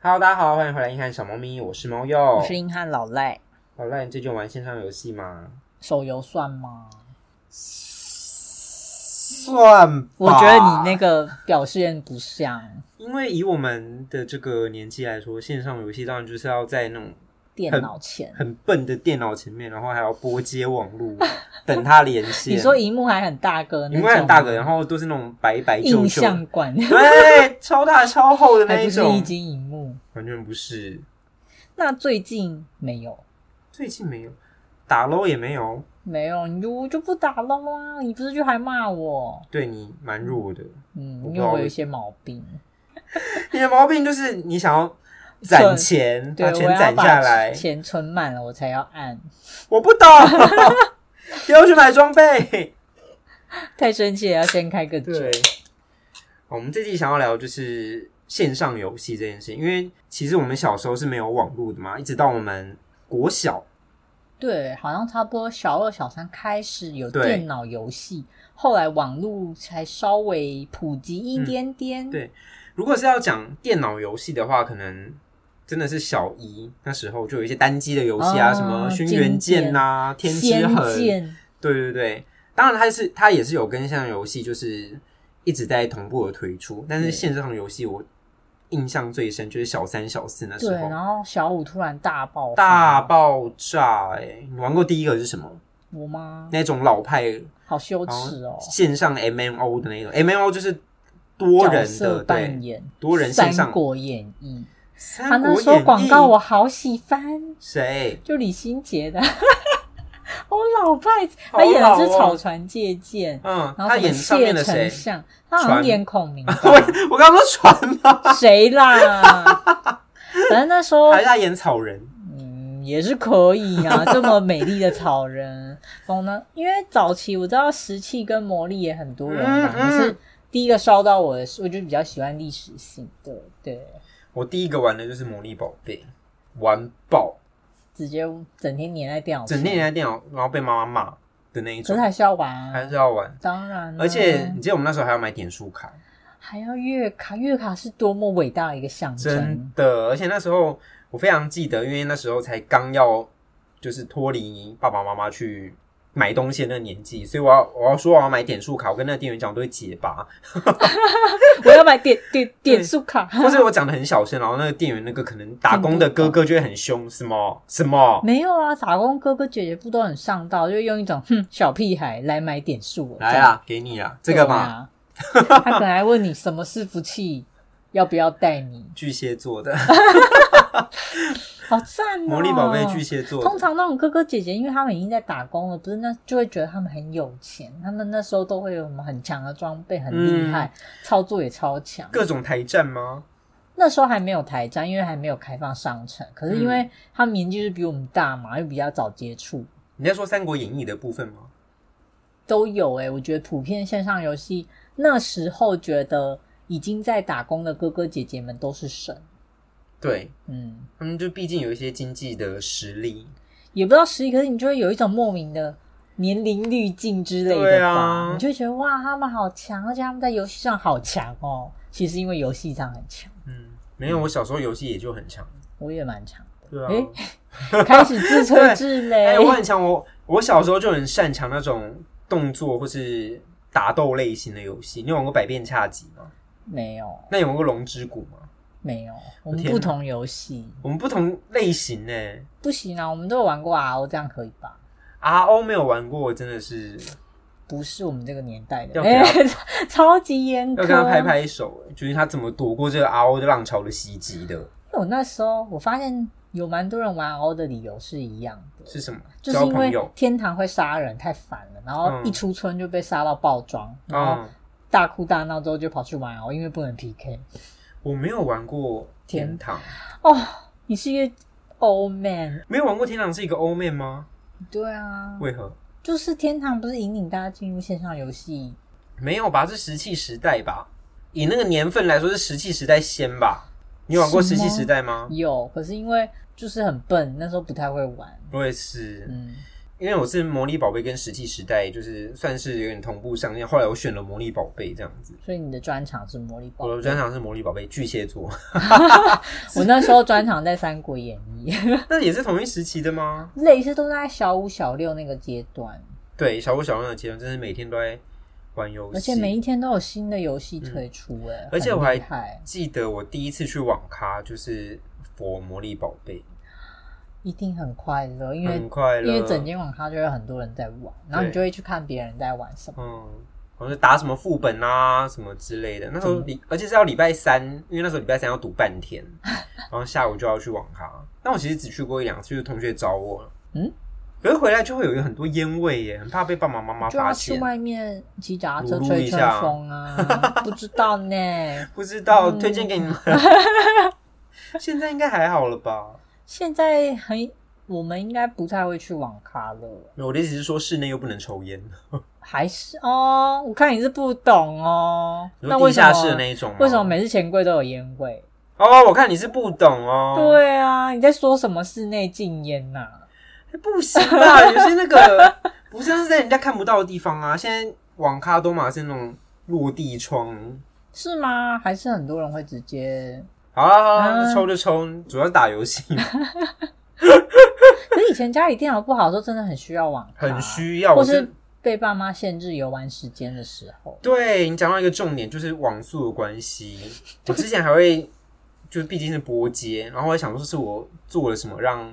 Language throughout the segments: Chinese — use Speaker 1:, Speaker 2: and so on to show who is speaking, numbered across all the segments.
Speaker 1: Hello，大家好，欢迎回来《硬汉小猫咪》，我是猫鼬。
Speaker 2: 我是硬汉老赖，
Speaker 1: 好赖，你最近有玩线上游戏吗？
Speaker 2: 手游算吗？
Speaker 1: 算吧
Speaker 2: 我觉得你那个表现不像
Speaker 1: 因为以我们的这个年纪来说，线上游戏当然就是要在那种
Speaker 2: 电脑前，
Speaker 1: 很笨的电脑前面，然后还要拨接网络， 等它连线。
Speaker 2: 你说荧幕还很大个，
Speaker 1: 因为很大个，然后都是那种白白旧
Speaker 2: 印
Speaker 1: 旧，
Speaker 2: 象馆，
Speaker 1: 对，超大超厚的那
Speaker 2: 还
Speaker 1: 一
Speaker 2: 不是
Speaker 1: 种
Speaker 2: 一，晶荧幕。
Speaker 1: 完全不是。
Speaker 2: 那最近没有，
Speaker 1: 最近没有打 LO 也没有，
Speaker 2: 没有，你就我就不打了啊！你不是就还骂我，
Speaker 1: 对你蛮弱的。
Speaker 2: 嗯
Speaker 1: 我，不
Speaker 2: 因
Speaker 1: 知
Speaker 2: 为
Speaker 1: 道
Speaker 2: 我
Speaker 1: 为
Speaker 2: 有一些毛病，
Speaker 1: 你的毛病就是你想要攒钱，
Speaker 2: 对
Speaker 1: 把，
Speaker 2: 我
Speaker 1: 钱
Speaker 2: 要
Speaker 1: 攒下来
Speaker 2: 把。钱存满了我才要按，
Speaker 1: 我不懂， 给我去买装备。
Speaker 2: 太生气了，要先开个酒。
Speaker 1: 对，我们这集想要聊就是线上游戏这件事情，因为其实我们小时候是没有网络的嘛，一直到我们国小，
Speaker 2: 对，好像差不多小二、小三开始有
Speaker 1: 对
Speaker 2: 电脑游戏，后来网络才稍微普及一点点。
Speaker 1: 嗯对如果是要讲电脑游戏的话，可能。真的是小一那时候就有一些单机的游戏啊，
Speaker 2: 哦
Speaker 1: 什么《轩辕剑》呐，《天之
Speaker 2: 仙
Speaker 1: 痕》
Speaker 2: 剑
Speaker 1: 对对对，当然它是它也是有跟线上游戏就是一直在同步的推出，但是
Speaker 2: 对
Speaker 1: 线上游戏我印象最深就是小三小四那时
Speaker 2: 对，
Speaker 1: 候
Speaker 2: 然后小五突然大爆
Speaker 1: 大
Speaker 2: 发，
Speaker 1: 爆炸哎、你玩过第一个是什么？
Speaker 2: 我妈
Speaker 1: 那种老派
Speaker 2: 好羞
Speaker 1: 然后
Speaker 2: 耻哦，
Speaker 1: 线上 MMO 的那种 MMO 就是多
Speaker 2: 角
Speaker 1: 人
Speaker 2: 色
Speaker 1: 的
Speaker 2: 扮
Speaker 1: 对。
Speaker 2: 演，
Speaker 1: 多人线
Speaker 2: 三
Speaker 1: 上
Speaker 2: 国演义》
Speaker 1: 三
Speaker 2: 他那
Speaker 1: 国
Speaker 2: 时候
Speaker 1: 演
Speaker 2: 广
Speaker 1: 义
Speaker 2: 告啊我好喜欢，
Speaker 1: 谁？
Speaker 2: 就李心洁的， 好老派，
Speaker 1: 好
Speaker 2: 他演的是
Speaker 1: 老哦
Speaker 2: 草船借箭，
Speaker 1: 嗯，他
Speaker 2: 然后什么
Speaker 1: 演上面的
Speaker 2: 谢啊
Speaker 1: 谁
Speaker 2: 丞？相，他好像
Speaker 1: 船
Speaker 2: 演孔 明吧。
Speaker 1: 我我刚刚说船 吗？
Speaker 2: 谁啦？反正那时候
Speaker 1: 还，是他演草人？
Speaker 2: 嗯，也是可 以啊。这么美丽的草人，懂呢？因为早期我知道石器跟魔力也很多人嘛，
Speaker 1: 嗯嗯
Speaker 2: 可是第一个烧到我的是，我就比较喜欢历史性的，对，
Speaker 1: 我第一个玩的就是《魔力宝贝》，玩爆，
Speaker 2: 直接整天黏在电脑，
Speaker 1: 整天黏，在电脑，然后被妈妈骂的那一
Speaker 2: 可
Speaker 1: 种
Speaker 2: 是，还是要玩啊，
Speaker 1: 还是要玩。
Speaker 2: 当然啊、
Speaker 1: 而且你记得我们那时候还要买点数卡，
Speaker 2: 还要月卡，月卡是多么伟大的一个象征
Speaker 1: 真。的。而且那时候我非常记得，因为那时候才刚要就是脱离爸爸妈妈去买东西的那个年纪，所以我要我要说我要买点数卡，我跟那个店员讲我都会结 巴，
Speaker 2: 我要买点点点数卡，
Speaker 1: 或者我讲的很小声，然后那个店员那个可能打工的哥哥就会很凶，什么什么
Speaker 2: 没有啊，打工哥哥姐姐不都很上道，就用一种 哼小屁孩来买点数哦，
Speaker 1: 来啦，给你啦，这个吧，
Speaker 2: 对啊他可能还问你什么是福气，要不要 带你，
Speaker 1: 巨蟹座的
Speaker 2: 好赞哦！
Speaker 1: 魔力宝贝，巨蟹座的，
Speaker 2: 通常那种哥哥姐姐，因为他们已经在打工了，不是那就会觉得他们很有钱，他们那时候都会有什么很强的装备，很厉害，
Speaker 1: 嗯
Speaker 2: 操作也超强。
Speaker 1: 各种台战吗？
Speaker 2: 那时候还没有台站，因为还没有开放商城，可是因为
Speaker 1: 嗯
Speaker 2: 他们年纪是比我们大嘛，又比较早接触，
Speaker 1: 你在说《三国演义》的部分吗？
Speaker 2: 都有哎、我觉得普遍线上游戏那时候觉得已经在打工的哥哥姐姐们都是神，
Speaker 1: 对，
Speaker 2: 嗯，
Speaker 1: 他们就毕竟有一些经济的实力。
Speaker 2: 也不知道实力，可是你就会有一种莫名的年龄滤镜之类的
Speaker 1: 对
Speaker 2: 吧，
Speaker 1: 啊
Speaker 2: 你就会觉得哇，他们好强，而且他们在游戏上好强哦。其实因为游戏上很强，
Speaker 1: 嗯，没有，我小时候游戏也就很强。
Speaker 2: 我也蛮强
Speaker 1: 对
Speaker 2: 的。
Speaker 1: 啊，
Speaker 2: 诶，开始自吹自擂，
Speaker 1: 哎、我很强，我我小时候就很擅长那种动作或是打斗类型的游戏。你有玩过《百变恰吉》吗？
Speaker 2: 没有
Speaker 1: 那有玩过《龙之谷》吗？
Speaker 2: 没有，
Speaker 1: 我
Speaker 2: 我们
Speaker 1: 天哪
Speaker 2: 不同游戏
Speaker 1: 我们不同类型呢、
Speaker 2: 不行啊，我们都有玩过 RO，这样可以吧？
Speaker 1: r O 没有玩过，我真的是
Speaker 2: 不是我们这个年代的，
Speaker 1: 要给他
Speaker 2: 诶 超级严格。
Speaker 1: 要跟他拍拍手、欸，就是他怎么躲过这个 R O 的浪潮的袭击的？
Speaker 2: 因为我那时候我发现有蛮多人玩 RO 的理由是一样的，
Speaker 1: 是什么？
Speaker 2: 就是
Speaker 1: 交
Speaker 2: 因
Speaker 1: 朋
Speaker 2: 为
Speaker 1: 友。
Speaker 2: 天堂会杀人太烦了，然后
Speaker 1: 嗯
Speaker 2: 一出村就被杀到爆装，然后
Speaker 1: 嗯，
Speaker 2: 大哭大闹之后就跑去玩哦，因为不能 PK。
Speaker 1: 我没有玩过天堂，
Speaker 2: 哦，你是一个 old man，
Speaker 1: 没有玩过天堂是一个欧面吗？
Speaker 2: 对啊，
Speaker 1: 为何？
Speaker 2: 就是天堂不是引领大家进入线上游戏，
Speaker 1: 没有吧？是石器时代吧？以那个年份来说，是石器时代先吧？你有玩过石器时代吗？
Speaker 2: 有，可是因为就是很笨，那时候不太会玩，
Speaker 1: 我也是，
Speaker 2: 嗯，
Speaker 1: 因因为我是魔力宝贝跟石器时代，就是算是有点同步上线。后来我选了魔力宝贝这样子，
Speaker 2: 所以你的专场是魔力宝
Speaker 1: 我的专长是魔力宝贝，巨蟹座，
Speaker 2: 我那时候专场在《三国演义》
Speaker 1: 那也是同一时期的吗？
Speaker 2: 类似都在小五小六那个阶段，
Speaker 1: 对，小五小六的阶段，真是每天都在玩游戏，嗯
Speaker 2: 而且每一天都有新的游戏推出、哎、
Speaker 1: 而且我
Speaker 2: 很
Speaker 1: 还
Speaker 2: 厉害
Speaker 1: 记得我第一次去网咖就是佛魔力宝贝，
Speaker 2: 一定很快乐，因为
Speaker 1: 很快
Speaker 2: 因
Speaker 1: 乐，
Speaker 2: 为整间网咖就会很多人在玩，然后你
Speaker 1: 对
Speaker 2: 就会去看别人在玩什么。
Speaker 1: 嗯，好像是打什么副本啊什么之类的。那时候礼，而且是要礼拜三，因为那时候礼拜三要读半天， 然后下午就要去网咖。但我其实只去过一两次，就是同学找我，
Speaker 2: 嗯，
Speaker 1: 可是回来就会有很多烟味耶，很怕被爸爸妈妈
Speaker 2: 就
Speaker 1: 发
Speaker 2: 要去
Speaker 1: 现。
Speaker 2: 外面骑脚踏
Speaker 1: 撸
Speaker 2: 车
Speaker 1: 撸
Speaker 2: 吹
Speaker 1: 一
Speaker 2: 吹
Speaker 1: 下
Speaker 2: 风啊，不知道呢。
Speaker 1: 不知道，
Speaker 2: 嗯
Speaker 1: 推荐给你 们。现在应该还好了吧？
Speaker 2: 现在很，我们应该不太会去网咖了，
Speaker 1: 我的意思是说，室内又不能抽烟，
Speaker 2: 还是哦？我看你是不懂哦。
Speaker 1: 你
Speaker 2: 那
Speaker 1: 说
Speaker 2: 为
Speaker 1: 地
Speaker 2: 什
Speaker 1: 下室的
Speaker 2: 么
Speaker 1: 那一种吗
Speaker 2: 为什么每次钱柜都有烟味？
Speaker 1: 哦，我看你是不懂哦。
Speaker 2: 对啊，你在说什么室内禁烟呐、
Speaker 1: 不行吧？有些那 个不是那是在人家看不到的地方啊。现在网咖都嘛是那种落地窗。
Speaker 2: 是吗？还是很多人会直接？
Speaker 1: 好啦好啦，
Speaker 2: 啊
Speaker 1: 那抽就抽，主要是打游戏，
Speaker 2: 可是以前家里电脑不好的时候，真的很需要网咖，
Speaker 1: 很需要。
Speaker 2: 或
Speaker 1: 我
Speaker 2: 是
Speaker 1: 是
Speaker 2: 被爸妈限制游玩时间的时候。
Speaker 1: 对你讲到一个重点，就是网速的关系。 我之前还会，就是毕竟是拨接，然后我还想说是我做了什么让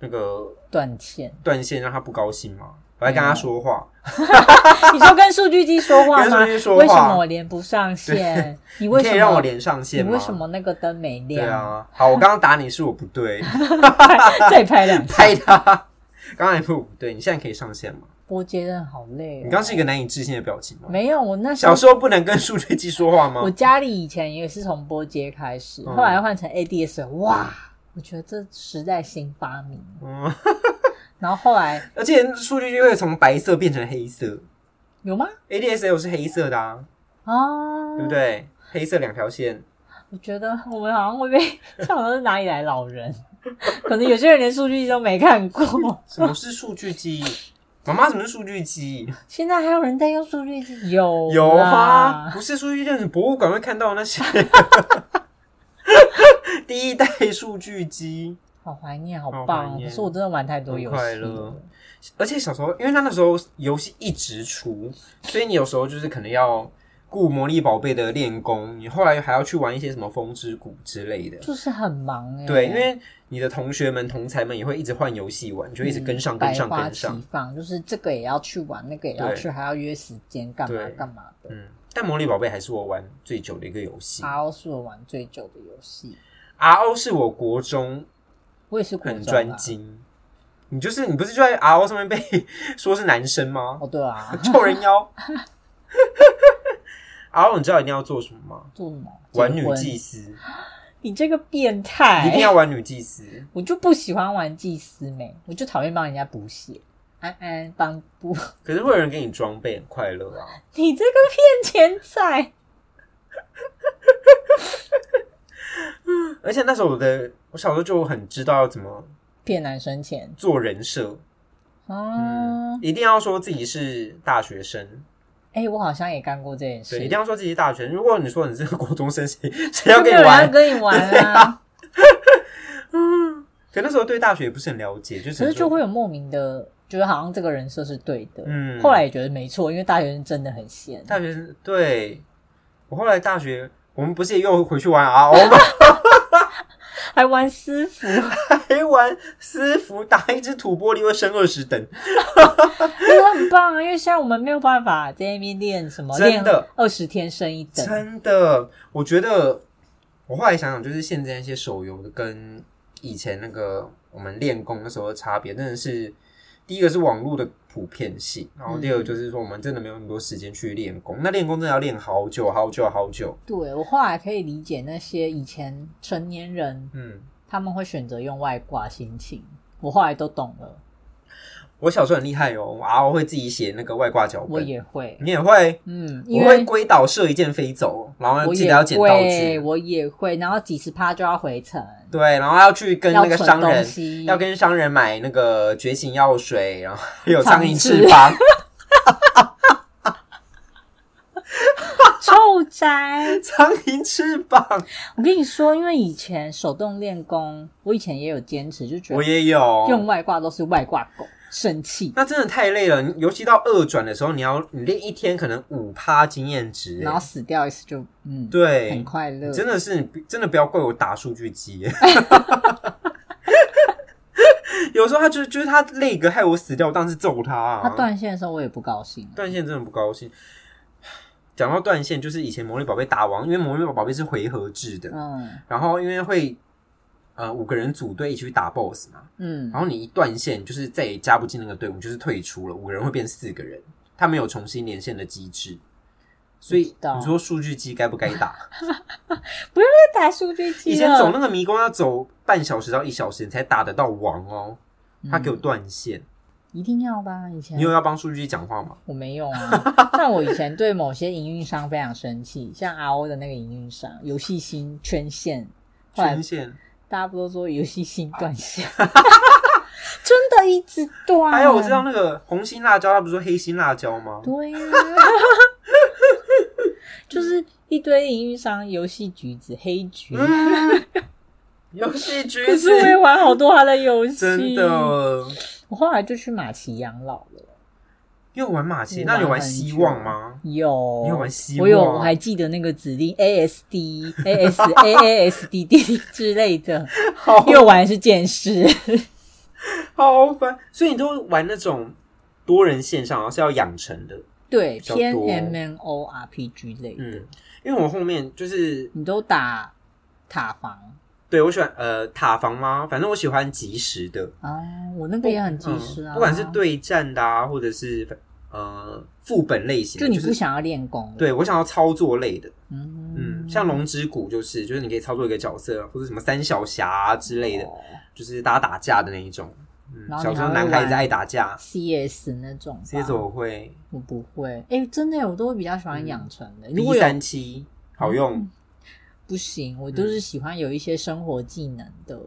Speaker 1: 那个
Speaker 2: 断线，
Speaker 1: 断线让他不高兴嘛，我还跟他嗯说话，
Speaker 2: 你说跟数据机说话
Speaker 1: 跟
Speaker 2: 吗？
Speaker 1: 数据说话
Speaker 2: 为什么我连不上线？你为
Speaker 1: 你
Speaker 2: 什
Speaker 1: 可以
Speaker 2: 么
Speaker 1: 让我连上
Speaker 2: 你
Speaker 1: 线吗？
Speaker 2: 为什？么那个灯没
Speaker 1: 对
Speaker 2: 亮？
Speaker 1: 啊，好，我刚刚打你是我不对，啊
Speaker 2: 再拍两下。
Speaker 1: 拍他。 刚才不对，你现在可以上线吗？
Speaker 2: 波接真的好累、哦。
Speaker 1: 你刚是一个难以置信的表情吗？
Speaker 2: 没有？我那时
Speaker 1: 小
Speaker 2: 候
Speaker 1: 时候不能跟数据机说话
Speaker 2: 我
Speaker 1: 吗？
Speaker 2: 家里以前也是从波接开始，
Speaker 1: 嗯
Speaker 2: 后来换成 ADS，哇！我觉得这时代新发明。
Speaker 1: 嗯，
Speaker 2: 然后后来
Speaker 1: 而且数据机会从白色变成黑色
Speaker 2: 有吗？
Speaker 1: ，ADSL 是黑色的啊，
Speaker 2: 哦，
Speaker 1: 对不？对？黑色两条线，
Speaker 2: 我觉得我们好像会被 这种是哪里来老人？ 可能有些人连数据机都没看过。
Speaker 1: 什么是数据 机？妈妈，什么是数据机？
Speaker 2: 现在还有人在用数据机？有
Speaker 1: 有啊，
Speaker 2: 啊，
Speaker 1: 不是数据机，是博物馆会看到那 些第一代数据机。
Speaker 2: 好怀念，好
Speaker 1: 好
Speaker 2: 棒
Speaker 1: 怀
Speaker 2: 哦！
Speaker 1: 念
Speaker 2: 可是我真的玩太多游
Speaker 1: 很快
Speaker 2: 戏
Speaker 1: 乐
Speaker 2: 了。
Speaker 1: 而且小时候，因为他那时候游戏一直出，所以你有时候就是可能要顾魔力宝贝的练功，你后来还要去玩一些什么风之谷之类的。
Speaker 2: 就是很忙哎、
Speaker 1: 对，因为你的同学们、同才们也会一直换游戏玩，你就一直跟上、跟上、
Speaker 2: 百花
Speaker 1: 跟上
Speaker 2: 齐。放，啊就是这个也要去玩，那个也要去，
Speaker 1: 对
Speaker 2: 还要约时间干嘛
Speaker 1: 对
Speaker 2: 干嘛的。
Speaker 1: 嗯，但魔力宝贝还是我玩最久的一个游戏。
Speaker 2: RO 是我玩最久的游戏，
Speaker 1: RO 是我国中
Speaker 2: 我也是国
Speaker 1: 很
Speaker 2: 中啦啊
Speaker 1: 专精，你就是你不是就在 RO 上面被 说是男生吗？，
Speaker 2: 哦，对啊
Speaker 1: 臭人妖 ！RO 你知道一定要做什么吗？
Speaker 2: 做什么？
Speaker 1: 玩
Speaker 2: 结
Speaker 1: 女
Speaker 2: 婚哎
Speaker 1: 祭司，
Speaker 2: 你这个变
Speaker 1: 一定
Speaker 2: 态！
Speaker 1: 要玩女祭司。
Speaker 2: 我就不喜欢玩祭司妹，我就讨厌帮人家补血。安安帮补，
Speaker 1: 可是会有人给你装备，很快乐啊！
Speaker 2: 你这个骗钱仔！
Speaker 1: 而且那时候我的，我小时候就很知道要怎么
Speaker 2: 骗男生钱
Speaker 1: 做人设，
Speaker 2: 哦。
Speaker 1: 一定要说自己是大学生，
Speaker 2: 哎、我好像也干过这件事
Speaker 1: 对，一定，要说自己是大学生。如果你说你是个国中生， 谁谁要
Speaker 2: 就没
Speaker 1: 跟
Speaker 2: 有
Speaker 1: 你
Speaker 2: 人要
Speaker 1: 玩？
Speaker 2: 跟 你玩啊。
Speaker 1: 可那时候对大学也不是很了解，就
Speaker 2: 可是
Speaker 1: 是
Speaker 2: 就会有莫名的，觉得好像这个人设是对的。
Speaker 1: 嗯
Speaker 2: 后来也觉得没错，因为大学生真的很闲。
Speaker 1: 大学生。对我后来大学，我们不是也又回去玩 RO 吗？
Speaker 2: 还玩私服，
Speaker 1: 还玩私服，打一只土玻璃会升二十等，
Speaker 2: 真的很棒啊！因为现在我们没有办法在那边练什么，
Speaker 1: 真
Speaker 2: 练
Speaker 1: 的
Speaker 2: 二十天升一等，
Speaker 1: 真的，我觉得我后来想想，就是现在一些手游的跟以前那个我们练功那时候的差别，真的是第一个是网络的普遍性，然后第二个就是说我们真的没有那么多时间去练
Speaker 2: 嗯
Speaker 1: 功。那练功真的要练好久好久好久，
Speaker 2: 对我后来可以理解那些以前成年人
Speaker 1: 嗯，
Speaker 2: 他们会选择用外挂心情，我后来都懂了。
Speaker 1: 我小时候很厉害哦，哇，我会自己写那个外挂脚
Speaker 2: 我
Speaker 1: 本，
Speaker 2: 也会，
Speaker 1: 你也会，
Speaker 2: 嗯，因
Speaker 1: 我会
Speaker 2: 为
Speaker 1: 归倒射一箭飞走，然后
Speaker 2: 我
Speaker 1: 记得
Speaker 2: 也
Speaker 1: 要捡道具
Speaker 2: 会，，我也会，然后几十趴就要回程，
Speaker 1: 对，然后要去跟
Speaker 2: 要
Speaker 1: 那个
Speaker 2: 存
Speaker 1: 商
Speaker 2: 东
Speaker 1: 人，
Speaker 2: 西
Speaker 1: 要跟商人买那个觉醒药水，然后有苍
Speaker 2: 苍
Speaker 1: 蝇
Speaker 2: 翅
Speaker 1: 翅膀，
Speaker 2: 臭宅。
Speaker 1: 苍蝇翅膀，
Speaker 2: 我跟你说，因为以前手动练功，我以前也有坚持，就觉
Speaker 1: 我
Speaker 2: 得
Speaker 1: 也有
Speaker 2: 啊用外挂都是外挂狗，生气。
Speaker 1: 那真的太累了，你尤其到二转的时候，你要你练一天可能五趴经验值，欸
Speaker 2: 然后死掉一次就嗯，很
Speaker 1: 对，
Speaker 2: 快乐。
Speaker 1: 真的是真的不要怪我打数据机。 有时候他就是就是他累个害我死掉，我当时揍他、啊。
Speaker 2: 他断线的时候我也不高兴，
Speaker 1: 断线真的不高兴。 讲到断线，就是以前魔力宝贝打王，因为魔力宝贝是回合制的，
Speaker 2: 嗯
Speaker 1: 然后因为会呃五个人组队一起去打 BOSS 嘛，
Speaker 2: 嗯
Speaker 1: 然后你一断线，就是再也加不进那个队伍，就是退出了，五个人会变四个人，他没有重新连线的机制，所以
Speaker 2: 知道
Speaker 1: 你说数据机该不该 打？
Speaker 2: 在打数据机
Speaker 1: 以
Speaker 2: 了
Speaker 1: 前走那个迷宫要走半小时到一小时，你才打得到王哦。他给我断线，
Speaker 2: 嗯一定要吧？以前
Speaker 1: 你有要帮数据机讲话吗？
Speaker 2: 我没用啊， 但我以前对某些营运商非常生气，像 RO 的那个营运商，游戏星圈线，后来
Speaker 1: 权限，
Speaker 2: 大家不都说游戏星
Speaker 1: 哎
Speaker 2: 断线，真的一直断。
Speaker 1: 还有哎我知道那个红心辣椒，它不是说黑心辣椒吗？
Speaker 2: 对呀、就是一堆营运商、游戏橘子、黑橘，
Speaker 1: 嗯，游戏
Speaker 2: 可
Speaker 1: 橘
Speaker 2: 是
Speaker 1: 子
Speaker 2: 我也玩好多他的游戏。
Speaker 1: 真的，哦
Speaker 2: 我后来就去马奇养老了。
Speaker 1: 因为我玩马戏，
Speaker 2: 我
Speaker 1: 那你有
Speaker 2: 玩
Speaker 1: 玩
Speaker 2: 很
Speaker 1: 希
Speaker 2: 久
Speaker 1: 望吗？
Speaker 2: 有，
Speaker 1: 你有玩希望
Speaker 2: 我有，我还记得那个指令 ASD、AS、AASD、D 之类的，
Speaker 1: 好
Speaker 2: 因为我玩的是剑 士。
Speaker 1: 好烦，所以你都玩那种多人线上，然后是要养成的。
Speaker 2: 对，
Speaker 1: 比较
Speaker 2: 偏
Speaker 1: 多
Speaker 2: MMORPG 类的，
Speaker 1: 嗯，因为我后面就是
Speaker 2: 你都打塔防
Speaker 1: 对我喜欢呃塔防吗？反正我喜欢及时的，
Speaker 2: 啊，我那个也很及时啊、
Speaker 1: 嗯不管是对战的啊，或者是呃副本类型
Speaker 2: 就
Speaker 1: 的，
Speaker 2: 你
Speaker 1: 就
Speaker 2: 不
Speaker 1: 是
Speaker 2: 想要练功，，
Speaker 1: 对我想要操作类的，
Speaker 2: 嗯
Speaker 1: 嗯，像龙之谷就是，就是你可以操作一个角色，或者什么三小侠啊之类的，
Speaker 2: 哦
Speaker 1: 就是大家打架的那一种。嗯
Speaker 2: 然，后
Speaker 1: 小
Speaker 2: 你
Speaker 1: 时
Speaker 2: 还
Speaker 1: 候
Speaker 2: 会
Speaker 1: 男孩子
Speaker 2: 玩
Speaker 1: 爱打架，
Speaker 2: CS 那种吧，
Speaker 1: 这些我会
Speaker 2: 我不会。哎、真的耶，我都会比较喜欢养成的。如
Speaker 1: B
Speaker 2: 果有嗯
Speaker 1: 三七好用。
Speaker 2: 不行，我
Speaker 1: 嗯
Speaker 2: 都是喜欢有一些生活技能的。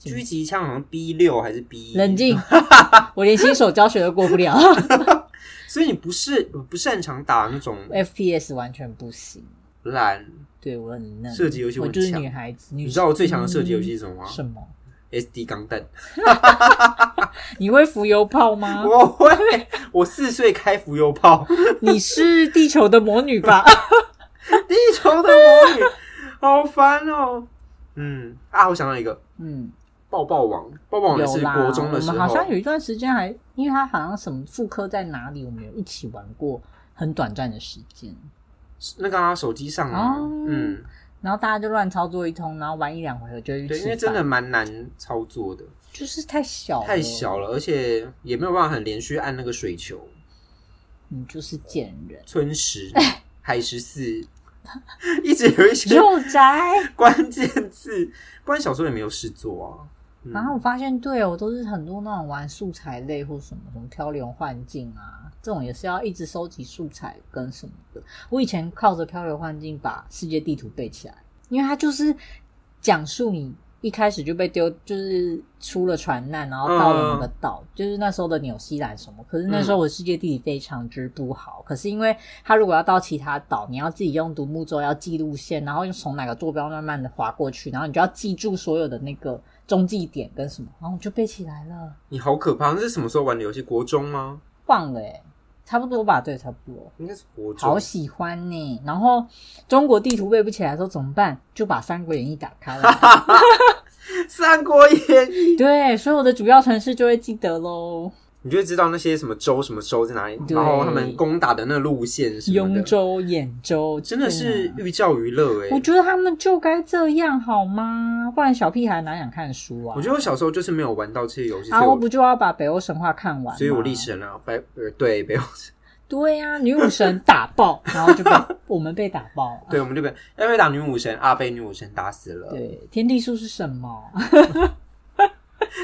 Speaker 1: 狙击枪好像 B 六还是 B
Speaker 2: 冷，静，我连新手教学都过不了
Speaker 1: 所以你不是不擅长打那种
Speaker 2: 哎，FPS 完全不行。
Speaker 1: 蓝。
Speaker 2: 对我很嫩，
Speaker 1: 射击游戏
Speaker 2: 我
Speaker 1: 我很
Speaker 2: 就是
Speaker 1: 强
Speaker 2: 女孩子。
Speaker 1: 你
Speaker 2: 你
Speaker 1: 知道我最强的射击游戏是什么吗
Speaker 2: 嗯什么？
Speaker 1: ？SD 钢弹，
Speaker 2: 你会浮游炮 吗？
Speaker 1: 我会，我四岁开浮游炮，
Speaker 2: 你是地球的魔 女吧？
Speaker 1: 地球的魔女，好烦哦。嗯啊，我想到一个
Speaker 2: 嗯，
Speaker 1: 抱抱王，抱抱王也
Speaker 2: 有
Speaker 1: 是
Speaker 2: 啦，
Speaker 1: 国中的时
Speaker 2: 我
Speaker 1: 候，
Speaker 2: 们好像有一段时间还，因为他好像什么妇科在哪里，我们有一起玩过很短暂的时间，
Speaker 1: 那个啊手机上啊，
Speaker 2: 哦
Speaker 1: 嗯，
Speaker 2: 然后大家就乱操作一通，然后玩一两回合就去
Speaker 1: 对，
Speaker 2: 吃
Speaker 1: 因为真的
Speaker 2: 饭
Speaker 1: 蛮难操作的，
Speaker 2: 就是太小了
Speaker 1: 太，小了，而且也没有办法很连续按那个水球，
Speaker 2: 你就是贱人，
Speaker 1: 春十、
Speaker 2: 哎
Speaker 1: 海十四，一直有一些
Speaker 2: 幼宅。
Speaker 1: 关键字，不然小时候也没有事做啊。嗯
Speaker 2: 然后我发现，对我都是很多那种玩素材类或什么什么漂流幻境啊，这种也是要一直收集素材跟什么的。我以前靠着漂流幻境把世界地图背起来，因为它就是讲述你一开始就被丢，就是出了船难，然后到了某个岛，就是那时候的纽西兰什么。可是那
Speaker 1: 嗯
Speaker 2: 时候我世界地理非常之不好，可是因为它如果要到其他岛，你要自己用独木舟要记路线，然后用从哪个坐标慢慢的划过去，然后你就要记住所有的那个中继点跟什么，然后我就背起来了，
Speaker 1: 你好可怕！那是什么时候玩的游戏？国中吗？
Speaker 2: 忘了诶、欸差不多吧，对，差不多。
Speaker 1: 应该是国中。
Speaker 2: 好喜欢呢、然后中国地图背不起来的时候怎么办？就把《三国演义》打 开来。
Speaker 1: 三国演义》，
Speaker 2: 对，所有的主要城市就会记得喽。
Speaker 1: 你就会知道那些什么州、什么州在哪里，
Speaker 2: 对
Speaker 1: 然后他们攻打的那路线什么
Speaker 2: 雍
Speaker 1: 的，
Speaker 2: 州、兖州，
Speaker 1: 真的是
Speaker 2: 对啊
Speaker 1: 寓教于乐哎、
Speaker 2: 我觉得他们就该这样好吗？不然小屁孩哪想看书啊？
Speaker 1: 我觉得我小时候就是没有玩到这些游戏，
Speaker 2: 啊，
Speaker 1: 所以
Speaker 2: 我
Speaker 1: 我
Speaker 2: 不啊就要把北欧神话看完吗？
Speaker 1: 所以我历史很烂。白呃对没有，
Speaker 2: 对呀、女武神打爆，然 后就被我们被打爆啊了。
Speaker 1: 对我们这边要被打女武神啊，被女武神打死了。
Speaker 2: 对，天地术是什么？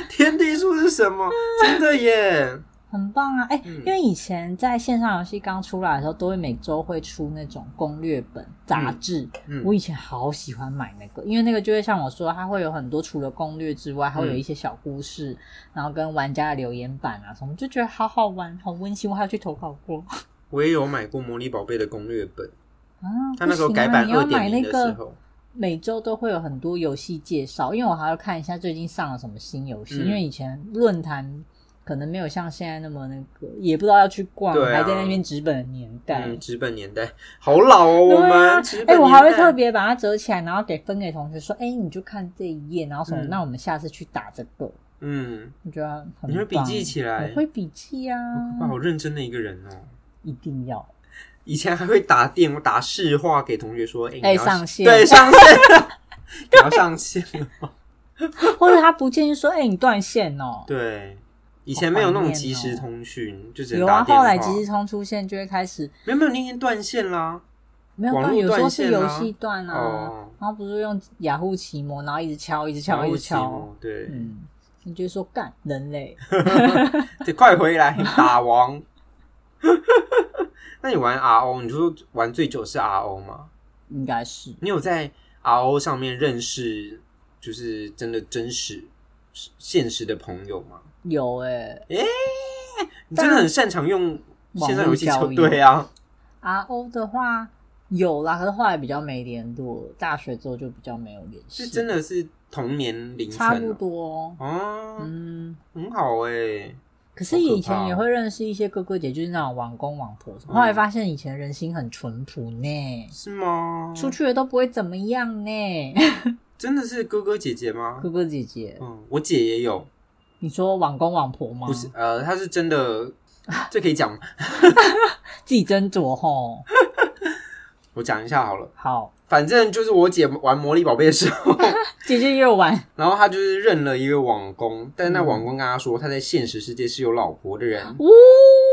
Speaker 1: 天地术是什么？真的耶！
Speaker 2: 很棒啊！哎、
Speaker 1: 嗯
Speaker 2: 因为以前在线上游戏刚出来的时候，都会每周会出那种攻略本杂志。
Speaker 1: 嗯
Speaker 2: 我以前好喜欢买那个，因为那个就会像我说，它会有很多除了攻略之外，还会有一些小故
Speaker 1: 嗯
Speaker 2: 事，然后跟玩家的留言板啊什么，就觉得好好玩，好温馨。我还有去投稿过
Speaker 1: 我也有买过《魔力宝贝》的攻略本，
Speaker 2: 啊。
Speaker 1: 它那时候
Speaker 2: 不行啊
Speaker 1: 改版
Speaker 2: 你
Speaker 1: 二
Speaker 2: 要
Speaker 1: 点
Speaker 2: 买
Speaker 1: 零
Speaker 2: 那
Speaker 1: 的时
Speaker 2: 个
Speaker 1: 候，
Speaker 2: 每周都会有很多游戏介绍，因为我还要看一下最近上了什么新游戏，
Speaker 1: 嗯
Speaker 2: 因为以前论坛可能没有像现在那么那个，也不知道要去逛，
Speaker 1: 对啊
Speaker 2: 还在那边纸本的年代。
Speaker 1: 嗯，纸本年代好老哦，我
Speaker 2: 对啊
Speaker 1: 们纸
Speaker 2: 哎、
Speaker 1: 本
Speaker 2: 我还会
Speaker 1: 年代
Speaker 2: 特别把它折起来，然后给分给同学说：“哎、你就看这一页，然后什么？
Speaker 1: 嗯
Speaker 2: 那我们下次去打这个。
Speaker 1: 嗯，”
Speaker 2: 我觉得很
Speaker 1: 你会笔
Speaker 2: 棒
Speaker 1: 记起来
Speaker 2: 我会笔记啊，
Speaker 1: 哇，好认真的一个人哦。
Speaker 2: 一定要。
Speaker 1: 以前还会打电话打市话给同学说，哎、你
Speaker 2: 哎
Speaker 1: 要
Speaker 2: 上 线
Speaker 1: 对，上线，你要上线哦了。
Speaker 2: 或者他不建议说：“哎、你断线哦。
Speaker 1: 对，以前没有那
Speaker 2: 好
Speaker 1: 种
Speaker 2: 怀念
Speaker 1: 即时
Speaker 2: 哦
Speaker 1: 通讯，就”只能
Speaker 2: 有
Speaker 1: 打
Speaker 2: 啊，
Speaker 1: 电
Speaker 2: 后
Speaker 1: 话。
Speaker 2: 来即时通出现就会开始
Speaker 1: 没有没有，你已经断线啦。
Speaker 2: 没有
Speaker 1: 网
Speaker 2: 断，
Speaker 1: 络
Speaker 2: 有时
Speaker 1: 断
Speaker 2: 候是
Speaker 1: 线
Speaker 2: 游
Speaker 1: 啊
Speaker 2: 戏断啊，
Speaker 1: 哦
Speaker 2: 然后不是用雅虎奇摩，然后一直敲，一直敲，一直
Speaker 1: 然后
Speaker 2: 敲，
Speaker 1: 我对，
Speaker 2: 嗯，你就说干人类，
Speaker 1: 得快回来打王。那你玩 RO，你就说玩最久是 RO 吗？
Speaker 2: 应该是
Speaker 1: 你有在 RO 上面认识，就是真的真实是现实的朋友吗？
Speaker 2: 有哎、
Speaker 1: 你真的很擅长用线上游戏
Speaker 2: 网
Speaker 1: 交
Speaker 2: 络交易
Speaker 1: 对啊，
Speaker 2: R O 的话有啦，可是后来比较没联络，大学之后就比较没有联系，
Speaker 1: 是真的是同年龄层
Speaker 2: 差不
Speaker 1: 哦
Speaker 2: 多，
Speaker 1: 哦，
Speaker 2: 嗯。
Speaker 1: 很好哎、
Speaker 2: 可是
Speaker 1: 好可
Speaker 2: 以
Speaker 1: 怕
Speaker 2: 前也
Speaker 1: 哦
Speaker 2: 会认识一些哥哥姐，就是那种网公网婆什么。
Speaker 1: 嗯
Speaker 2: 后来发现以前人心很淳朴呢，
Speaker 1: 是吗？
Speaker 2: 出去了都不会怎么样呢。
Speaker 1: 真的是哥哥姐姐吗
Speaker 2: 哥？哥姐姐，
Speaker 1: 嗯，我姐也有，
Speaker 2: 你说网公网婆吗？
Speaker 1: 不是呃，她是真 的，这可以讲吗，
Speaker 2: 自己斟酌吼。
Speaker 1: 我讲一下好了。
Speaker 2: 好，
Speaker 1: 反正就是我姐玩魔力宝贝的时 候，
Speaker 2: 姐姐也有玩，
Speaker 1: 然后她就是认了一个网工，但是那网工跟她说她在现实世界是有老婆的人，
Speaker 2: 呜，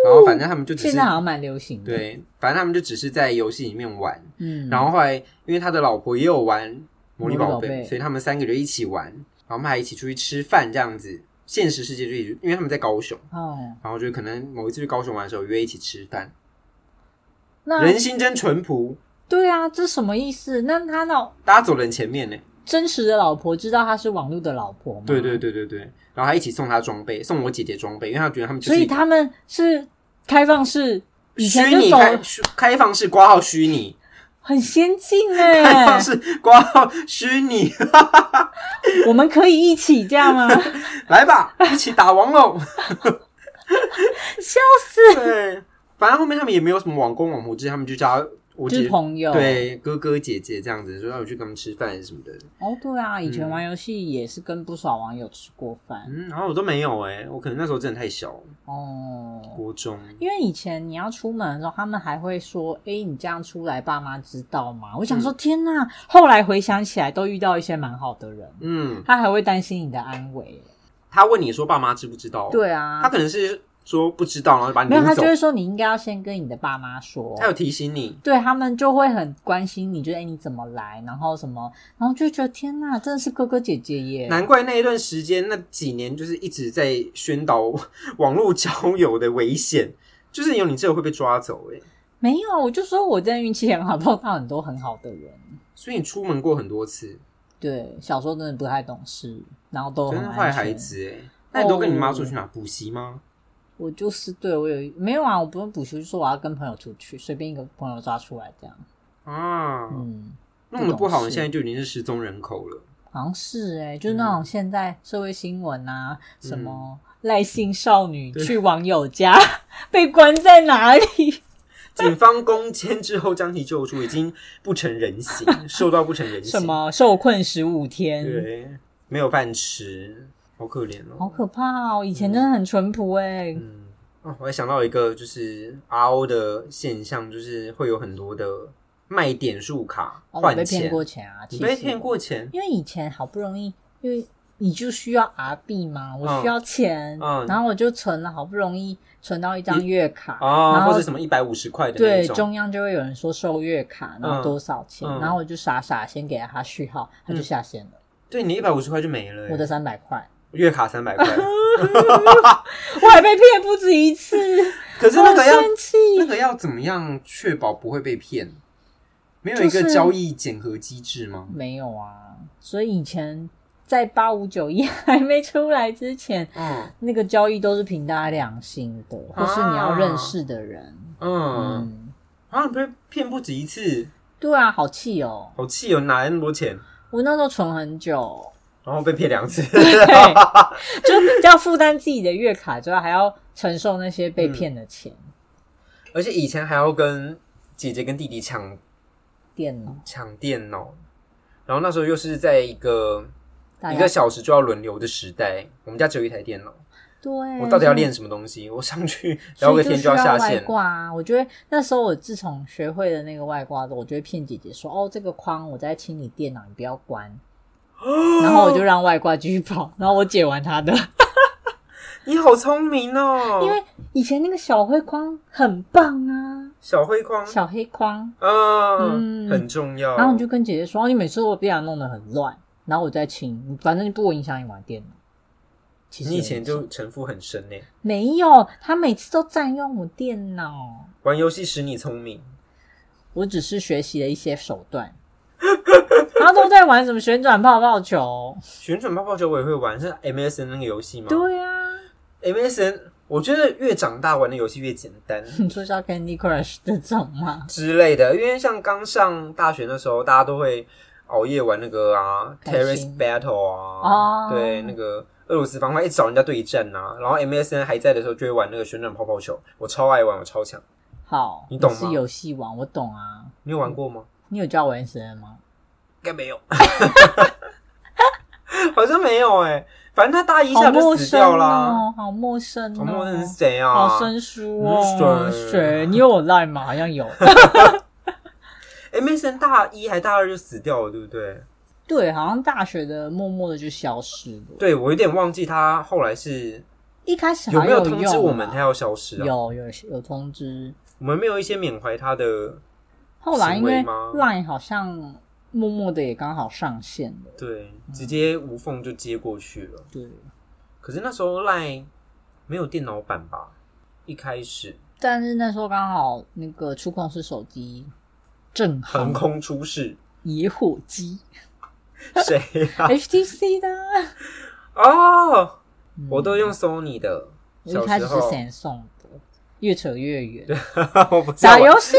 Speaker 1: 然后反正他们就只
Speaker 2: 现
Speaker 1: 是
Speaker 2: 在好像蛮流行的。，
Speaker 1: 对，反正他们就只是在游戏里面玩，
Speaker 2: 嗯，
Speaker 1: 然后后来，因为他的老婆也有玩魔力宝
Speaker 2: 魔力宝
Speaker 1: 贝，
Speaker 2: 贝
Speaker 1: 所以他们三个就一起玩，然后我们还一起出去吃饭这样子。现实世界就一直因为他们在高雄，
Speaker 2: 哦，
Speaker 1: 然后就可能某一次去高雄玩的时候约一起吃饭，
Speaker 2: 那
Speaker 1: 人心真淳朴，
Speaker 2: 对啊，这什么意思？那他老
Speaker 1: 大家走人前面呢。
Speaker 2: 真实的老婆知道他是网络的老婆吗？
Speaker 1: 对对，对对对，然后还一起送他装备，送我姐姐装备，因为他觉得他们就
Speaker 2: 所
Speaker 1: 是
Speaker 2: 以他们是开放式，以前
Speaker 1: 虚
Speaker 2: 就
Speaker 1: 拟
Speaker 2: 走
Speaker 1: 开虚开放式挂号虚拟，
Speaker 2: 很先 进
Speaker 1: 开
Speaker 2: 哎
Speaker 1: 放，式挂号虚拟，
Speaker 2: 我们可以一起这样啊吗？
Speaker 1: 来吧，一起打王喽！
Speaker 2: 笑死，
Speaker 1: 对，反正后面他们也没有什么网工网婆之类，他们就叫他 我
Speaker 2: 就
Speaker 1: 姐
Speaker 2: 是朋友
Speaker 1: 对哥哥姐姐这样子，说让我去跟他们吃饭什么的。
Speaker 2: 哦，对啊，以前
Speaker 1: 嗯
Speaker 2: 玩游戏也是跟不少网友吃过饭
Speaker 1: 嗯，然后我都没有哎、我可能那时候真的太小了，
Speaker 2: 哦。
Speaker 1: 国中。
Speaker 2: 因为以前你要出门的时候，他们还会说：“哎、你这样出来，爸妈知道吗？”我想说，
Speaker 1: 嗯
Speaker 2: 天哪！后来回想起来，都遇到一些蛮好的人，
Speaker 1: 嗯，
Speaker 2: 他还会担心你的安危。
Speaker 1: 他问你说爸妈知不知道？、
Speaker 2: 对
Speaker 1: 他
Speaker 2: 啊，
Speaker 1: 可能是说不知道，然后就把你
Speaker 2: 没有，
Speaker 1: 领
Speaker 2: 他
Speaker 1: 走
Speaker 2: 就。会说你应该要先跟你的爸妈说。
Speaker 1: 他有提醒你，
Speaker 2: 对他们就会很关心你，就哎、诶你怎么来，然后什么，然后就觉得天哪，真的是哥哥姐姐耶！
Speaker 1: 难怪那一段时间那几年就是一直在宣导网络交友的危险， 就是有你这个会被抓走哎、
Speaker 2: 没有，我就说我真的运气很好，碰到很多很好的人。
Speaker 1: 所以你出门过很多次，
Speaker 2: 对，小时候真的不太懂事，然后都
Speaker 1: 真
Speaker 2: 很
Speaker 1: 是
Speaker 2: 安
Speaker 1: 坏孩
Speaker 2: 哦全
Speaker 1: 子哎、那你都跟你妈出去哪补习吗？
Speaker 2: 我就是对我有没有啊？我不用补习，就说我要跟朋友出去，随便一个朋友抓出来这样。
Speaker 1: 啊，
Speaker 2: 嗯，
Speaker 1: 弄得不好，
Speaker 2: 哦不懂事
Speaker 1: 你现在就已经是失踪人口了。
Speaker 2: 好像是哎、就是那种现在社会新闻啊，
Speaker 1: 嗯
Speaker 2: 什么赖姓少女
Speaker 1: 对
Speaker 2: 去网友家 被关在 哪里？
Speaker 1: 警方攻坚之后将其救出，已经不成人形，瘦到不成人形。
Speaker 2: 什？么受困十五天，
Speaker 1: 对，没有饭吃，好可怜
Speaker 2: 好
Speaker 1: 哦。
Speaker 2: 可怕哦！以前真的很淳朴哎、
Speaker 1: 嗯，哦，我还想到一个，就是 RO 的现象，就是会有很多的卖点数卡
Speaker 2: 哦，我
Speaker 1: 换
Speaker 2: 被骗
Speaker 1: 钱。
Speaker 2: 过钱啊，
Speaker 1: 你
Speaker 2: 其
Speaker 1: 被
Speaker 2: 实
Speaker 1: 骗过钱？
Speaker 2: 因为以前好不容易，因为你就需要 R B 嘛，我需要钱，
Speaker 1: 嗯
Speaker 2: 然后我就存了，好不容易存到一张月卡，然
Speaker 1: 啊，
Speaker 2: 后
Speaker 1: 或者什么一百五十块的
Speaker 2: 对
Speaker 1: 那种，
Speaker 2: 中央就会有人说收月卡，然后多少钱，
Speaker 1: 嗯嗯嗯
Speaker 2: 然后我就傻傻先给了他序号，他就下线了，
Speaker 1: 对你一百五十块就没了欸。
Speaker 2: 我的三百块，
Speaker 1: 月卡三百块，
Speaker 2: 我还被骗不止一 次，
Speaker 1: 可是那
Speaker 2: 我
Speaker 1: 个
Speaker 2: 很
Speaker 1: 要
Speaker 2: 生气。
Speaker 1: 那个要怎么样确保不会被骗？没有一个
Speaker 2: 就是
Speaker 1: 交易检核机制吗？
Speaker 2: 没有啊，所以以前在八五九一 还没出来之前，
Speaker 1: 嗯
Speaker 2: 那个交易都是凭大家良心的，或是你要认识的人。
Speaker 1: 嗯，
Speaker 2: 嗯，
Speaker 1: 啊，你被骗不止一次，
Speaker 2: 对啊，好气哦！
Speaker 1: 好气哦！哪来那么多钱？
Speaker 2: 我那时候存 很久，
Speaker 1: 然后被骗两次，
Speaker 2: 就要负担自己的月卡之外，还要承受那些
Speaker 1: 嗯
Speaker 2: 被骗的钱。
Speaker 1: 而且以前还要跟姐姐跟弟弟抢
Speaker 2: 电脑
Speaker 1: 抢电脑，然后那时候又是在一个
Speaker 2: 大
Speaker 1: 一
Speaker 2: 家
Speaker 1: 个小时就要轮流的时代，我们家只有一台电脑，
Speaker 2: 对，
Speaker 1: 我到底要练什么东西？ 我上去
Speaker 2: 嗯所
Speaker 1: 聊
Speaker 2: 以
Speaker 1: 个
Speaker 2: 就
Speaker 1: 天
Speaker 2: 需
Speaker 1: 就要下
Speaker 2: 外
Speaker 1: 线，
Speaker 2: 挂啊！我觉得那时候我自从学会了那个外挂之后，我就会骗姐姐说：“哦，这个框我在清理电脑，你不要关。” 然后我就让外挂继续跑，然后我解完他的，
Speaker 1: 你好聪明哦！
Speaker 2: 因为 以前那个小灰框很棒啊，
Speaker 1: 小灰框，
Speaker 2: 小黑框。
Speaker 1: 嗯，
Speaker 2: 嗯
Speaker 1: 很重要。
Speaker 2: 然后我就跟姐姐说：“哦你每次都把它弄得很乱，然后我再清，你反正不会影响你玩电脑。”其实
Speaker 1: 你以
Speaker 2: 也
Speaker 1: 前
Speaker 2: 没
Speaker 1: 就城府很深呢，欸
Speaker 2: 没有，他每次都占用我电脑。
Speaker 1: 玩游戏使你聪明。
Speaker 2: 我只是学习了一些手段，然后都在玩什么旋转泡泡球。
Speaker 1: 旋转泡泡球我也会玩，是 MSN 那个游戏吗？
Speaker 2: 对啊，
Speaker 1: ，MSN 我觉得越长大玩的游戏越简单
Speaker 2: 你说像 Candy Crush 这种吗？
Speaker 1: 之类的，因为像刚上大学的时候，大家都会熬夜玩那个啊
Speaker 2: 开
Speaker 1: ，Terrace
Speaker 2: 心
Speaker 1: Battle 啊，
Speaker 2: 哦
Speaker 1: 对，那个俄罗斯方块一直找人家对战啊，然后 MSN 还在的时候就会玩那个旋转泡泡球，我超爱玩，我超强。
Speaker 2: 好，
Speaker 1: 你懂吗
Speaker 2: 是游戏王，我懂啊。
Speaker 1: 你有玩过吗？
Speaker 2: 你有教我 S N 吗？
Speaker 1: 应该没有， 好像没有哎、反正他大一
Speaker 2: 好
Speaker 1: 下
Speaker 2: 陌
Speaker 1: 就死
Speaker 2: 生
Speaker 1: 掉啦。
Speaker 2: 哦，好陌生哦，
Speaker 1: 我默认是谁啊？
Speaker 2: 好生疏哦
Speaker 1: 嗯，水
Speaker 2: 水，你有我 line 吗？好像有。
Speaker 1: MSN 大一还大二就死掉了，对不对？
Speaker 2: 对，好像大学的默默的就消失了。
Speaker 1: 对，我有点忘记他后来是
Speaker 2: 一开始
Speaker 1: 有
Speaker 2: 还
Speaker 1: 没有
Speaker 2: 用
Speaker 1: 通知我们
Speaker 2: 啊
Speaker 1: 他要消失啊？
Speaker 2: 有有有通知，
Speaker 1: 我们没有一些缅怀他的，
Speaker 2: 后来因为
Speaker 1: 行为吗
Speaker 2: Line 好像默默的也刚好上线了，
Speaker 1: 对，
Speaker 2: 嗯
Speaker 1: 直接无缝就接过去了。
Speaker 2: 对。
Speaker 1: 可是那时候赖没有电脑版吧？一开始
Speaker 2: 但是那时候刚好那个触控式手机正
Speaker 1: 横
Speaker 2: 好
Speaker 1: 空出世，
Speaker 2: 野火机
Speaker 1: 谁啊？
Speaker 2: HTC 的啊，
Speaker 1: 哦，
Speaker 2: 嗯
Speaker 1: 我都用 Sony 的，
Speaker 2: 我
Speaker 1: 小
Speaker 2: 嗯一开
Speaker 1: 时
Speaker 2: 始是
Speaker 1: 候
Speaker 2: Samsung 的，越扯越远。
Speaker 1: 我不是要
Speaker 2: 打
Speaker 1: 玩
Speaker 2: 游戏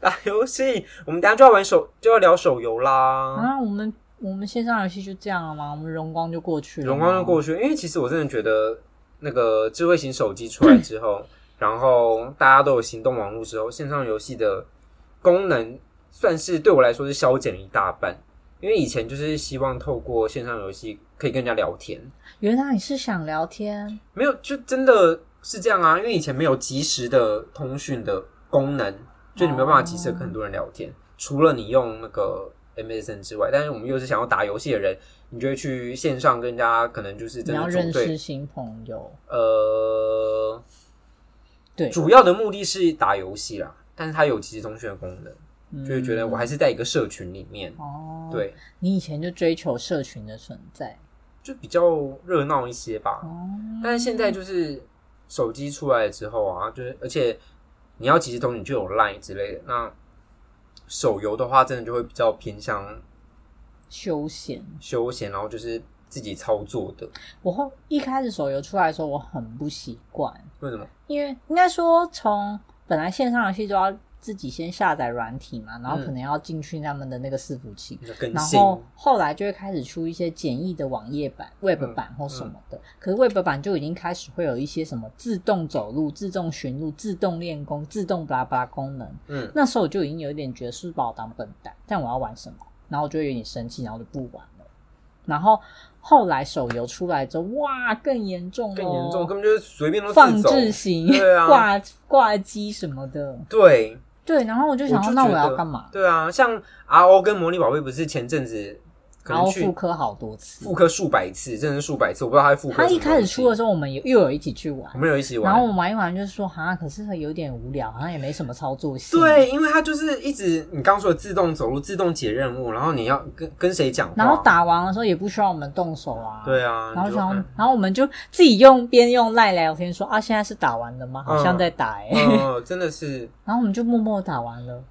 Speaker 1: 打游戏，我们等一下就要玩手，就要聊手游啦。
Speaker 2: 啊，我们我们线上游戏就这样了吗？我们荣光就过去了吗，
Speaker 1: 荣光就过去，因为其实我真的觉得那个智慧型手机出来之后，然后大家都有行动网络之后，线上游戏的功能算是对我来说是消减了一大半。因为以前就是希望透过线上游戏可以跟人家聊天，
Speaker 2: 原来你是想聊天，
Speaker 1: 没有就真的是这样啊。因为以前没有及时的通讯的功能，就你没有办法及时地跟很多人聊天，除了你用那个 MSN 之外。但是我们又是想要打游戏的人，你就会去线上跟人家可能就是
Speaker 2: 你
Speaker 1: 真
Speaker 2: 要
Speaker 1: 的组
Speaker 2: 认识
Speaker 1: 队。
Speaker 2: 新朋友，
Speaker 1: 呃，
Speaker 2: 对，
Speaker 1: 主要的目的是打游戏啦，但是它有及时通讯的功能，就会觉得
Speaker 2: 嗯
Speaker 1: 我还是在一个社群里面，
Speaker 2: 哦，，
Speaker 1: 对，
Speaker 2: 你以前就追求社群的存在
Speaker 1: 就比较热闹一些吧。
Speaker 2: 哦，
Speaker 1: 但是现在就是手机出来之后啊，就是而且你要即时通，你就有 Line 之类的。那手游的话，真的就会比较偏向
Speaker 2: 休闲。
Speaker 1: 休闲，然后就是自己操作的。
Speaker 2: 我后一开始手游出来的时候，我很不习惯，
Speaker 1: 为什么？
Speaker 2: 因为应该说从本来线上游戏就要自己先下载软体嘛，然后可能要进去他们的那个伺服器。
Speaker 1: 要更
Speaker 2: 然
Speaker 1: 嗯新，
Speaker 2: 后后来就会开始出一些简易的网页版、Web
Speaker 1: 嗯
Speaker 2: 版或什么的，可是 Web 版就已经开始会有一些什么自动走路、自动寻路、自动练功、自动巴拉巴拉功能，
Speaker 1: 嗯，
Speaker 2: 那时候我就已经有一点觉得是不是把我当笨蛋，但我要玩什么，然后我就有点生气，然后就不玩了。然后后来手游出来之后，哇，更严重、哦，
Speaker 1: 更严重，根本就是随便都
Speaker 2: 放
Speaker 1: 自走。
Speaker 2: 置型，
Speaker 1: 对啊
Speaker 2: 挂挂机什么的，
Speaker 1: 对，
Speaker 2: 对。然后我就想
Speaker 1: 我
Speaker 2: 说，
Speaker 1: 就
Speaker 2: 那
Speaker 1: 觉
Speaker 2: 我要
Speaker 1: 得
Speaker 2: 干嘛？
Speaker 1: 对啊，像 RO 跟魔力宝贝不是前阵子可
Speaker 2: 然
Speaker 1: 能
Speaker 2: 后
Speaker 1: 去
Speaker 2: 复刻好多次。
Speaker 1: 复刻数百次，真的是数百次，我不知道他复刻什么东
Speaker 2: 他
Speaker 1: 西。
Speaker 2: 一开始出的时候，我们也又有一起去玩
Speaker 1: 我，们有一起玩，
Speaker 2: 然后我们玩一玩，就是说哈，可是有点无聊，好像也没什么操作性。。
Speaker 1: 对，因为它就是一直你刚说的自动走路、自动解任务，然后你要跟跟谁讲话，
Speaker 2: 然后打完的时候也不需要我们动手啊。。
Speaker 1: 对啊，
Speaker 2: 然
Speaker 1: 你
Speaker 2: 后
Speaker 1: 就
Speaker 2: 想要
Speaker 1: 看，
Speaker 2: 然后我们就自己用边用赖聊天说啊，现在是打完了吗？好像
Speaker 1: 嗯
Speaker 2: 在打哎、
Speaker 1: 呃，真的是，
Speaker 2: 然后我们就默默地打完了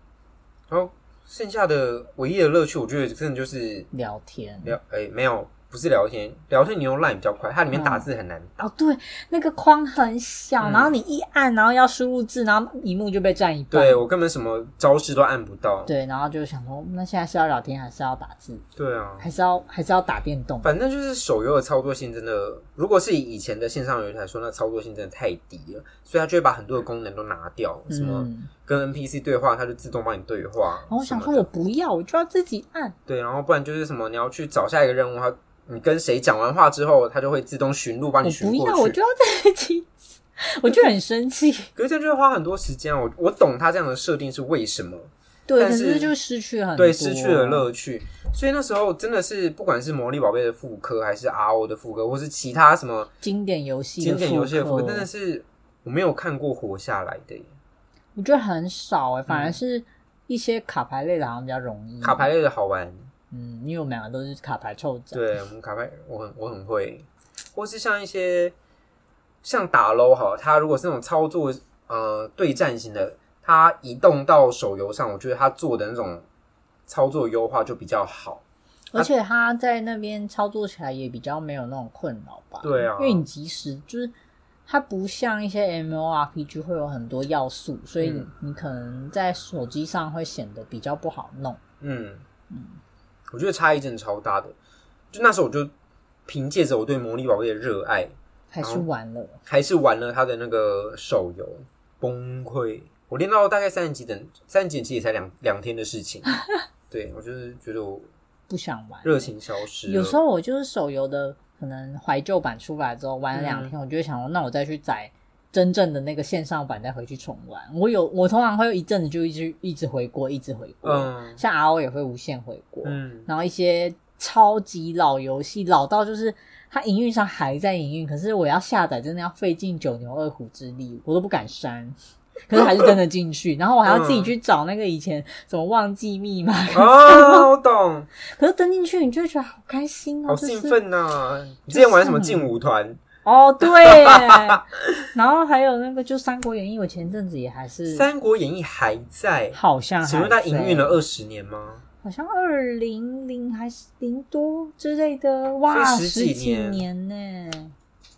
Speaker 1: 然后剩下的唯一的乐趣，我觉得真的就是
Speaker 2: 聊天。
Speaker 1: 聊，哎、没有，不是聊天，聊天你用 line 比较快，它
Speaker 2: 嗯
Speaker 1: 里面打字很难打，
Speaker 2: 哦，对，那个框很小，
Speaker 1: 嗯
Speaker 2: 然后你一按，然后要输入字，然后荧幕就被占一半。
Speaker 1: 对我根本什么招式都按不到，
Speaker 2: 对，然后就想说，那现在是要聊天，还是要打字，
Speaker 1: 对啊。
Speaker 2: 还是要还是要打电动？
Speaker 1: 反正就是手游的操作性真的，如果是以以前的线上游戏来说，那操作性真的太低了，所以它就会把很多的功能都拿掉，什么
Speaker 2: 嗯，
Speaker 1: 跟 NPC 对话，它就自动帮你对话。
Speaker 2: 然后我哦想
Speaker 1: 什么
Speaker 2: 说，
Speaker 1: 的
Speaker 2: 我不要，我就要自己按。
Speaker 1: 对，然后不然就是什么，你要去找下一个任务，它你跟谁讲完话之后，它就会自动寻路帮你
Speaker 2: 我
Speaker 1: 寻
Speaker 2: 不要，
Speaker 1: 过
Speaker 2: 我
Speaker 1: 去
Speaker 2: 就。要自己， 我就很生气。
Speaker 1: 可是这样就会花很多时间啊。我我懂它这样的设定是为什么，
Speaker 2: 对，
Speaker 1: 但
Speaker 2: 可
Speaker 1: 是
Speaker 2: 是就失去很多，啊
Speaker 1: 对，失去了。乐趣。所以那时候真的是，不管是魔力宝贝的副科，还是 RO 的副科，或是其他什么
Speaker 2: 经典游戏的
Speaker 1: 经典游戏的
Speaker 2: 复
Speaker 1: 副
Speaker 2: 刻
Speaker 1: 科，真的是我没有看过活下来的耶。
Speaker 2: 我觉得很少哎、反而是一些卡牌类的好像比较容易。
Speaker 1: 嗯卡牌，类的好玩，
Speaker 2: 嗯，因为我们两个都是卡牌臭仔。
Speaker 1: 对我们卡牌，我很我很会，或是像一些像打 LO 好了，它如果是那种操作呃对战型的，它移动到手游上，我觉得它做的那种操作优化就比较好。
Speaker 2: 而且他在那边操作起来也比较没有那种困扰吧？
Speaker 1: 对啊
Speaker 2: 因为你及时就是它不像一些 M O R P G 会有很多要素，所以
Speaker 1: 嗯
Speaker 2: 你可能在手机上会显得比较不好弄。
Speaker 1: 嗯，我觉得差异真的超大的。就那时候我就凭借着我对魔力宝贝的热爱，
Speaker 2: 还是
Speaker 1: 嗯
Speaker 2: 完了，
Speaker 1: 还是玩了他的那个手游，崩溃。我练到大概三十级等，三十级其实也才两两天的事 情。对我就是觉得我
Speaker 2: 不想玩。
Speaker 1: 热情消失了。
Speaker 2: 有时候我就是手游的可能怀旧版出来之后玩了
Speaker 1: 嗯
Speaker 2: 两天，我就会想说，那我再去载真正的那个线上版再回去重玩。我有我通常会一阵子就一直一直回锅，一直回锅。
Speaker 1: 嗯
Speaker 2: 像 R O 也会无限回锅。
Speaker 1: 嗯，
Speaker 2: 然后一些超级老游戏，老到就是它营运上还在营运，可是我要下载真的要费尽九牛二虎之力，我都不敢删。 可是还是真的进去，然后我还要自己去找那个以前怎么忘记密码。
Speaker 1: 哦，我懂，
Speaker 2: 可是登进去，你就会觉得好开心哦，
Speaker 1: 好
Speaker 2: 就是
Speaker 1: 兴奋呐、你之前玩什么劲舞团？
Speaker 2: 哦，对。 然后还有那个就《三国演义》，我前阵子也还
Speaker 1: 《
Speaker 2: 是
Speaker 1: 三国演义》还在？
Speaker 2: 好像还
Speaker 1: 请问它营运了
Speaker 2: 在
Speaker 1: 二十年吗？
Speaker 2: 好像二零零还是零多之类的，哇，
Speaker 1: 所以十
Speaker 2: 十
Speaker 1: 几
Speaker 2: 几
Speaker 1: 年
Speaker 2: 年呢、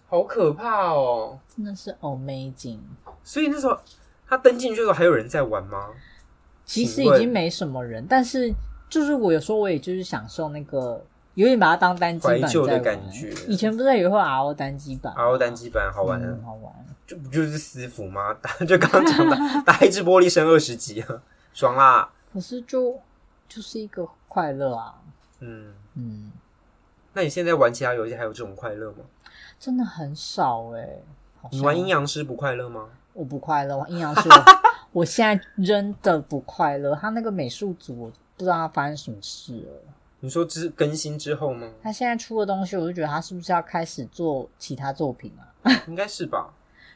Speaker 1: 好可怕哦！
Speaker 2: 真的是 amazing。
Speaker 1: 所以那时候他登进去的时候，还有人在玩吗？
Speaker 2: 其实
Speaker 1: 请
Speaker 2: 已
Speaker 1: 问
Speaker 2: 经没什么人，但是就是我有时候我也就是享受那个，有点把它当单机版
Speaker 1: 怀旧的
Speaker 2: 在玩欸
Speaker 1: 感觉
Speaker 2: 以前不是也会 RO 单机版吗
Speaker 1: RO 单机版好玩、啊
Speaker 2: 嗯好玩。
Speaker 1: 就不就是私服吗？ 打就刚刚讲的，打一只玻璃升二十级啊，爽啦！
Speaker 2: 可是就就是一个快乐啊，
Speaker 1: 嗯，
Speaker 2: 嗯，
Speaker 1: 那你现在玩其他游戏还有这种快乐吗？
Speaker 2: 真的很少哎、好像
Speaker 1: 你玩阴阳师不快乐吗？
Speaker 2: 我不快 乐，阴阳师我我现在真的不快乐。他那个美术组我不知道他发生什么事了。
Speaker 1: 你说只是更新之后吗？
Speaker 2: 他现在出的东西，我就觉得他是不是要开始做其他作品啊？
Speaker 1: 应该是吧。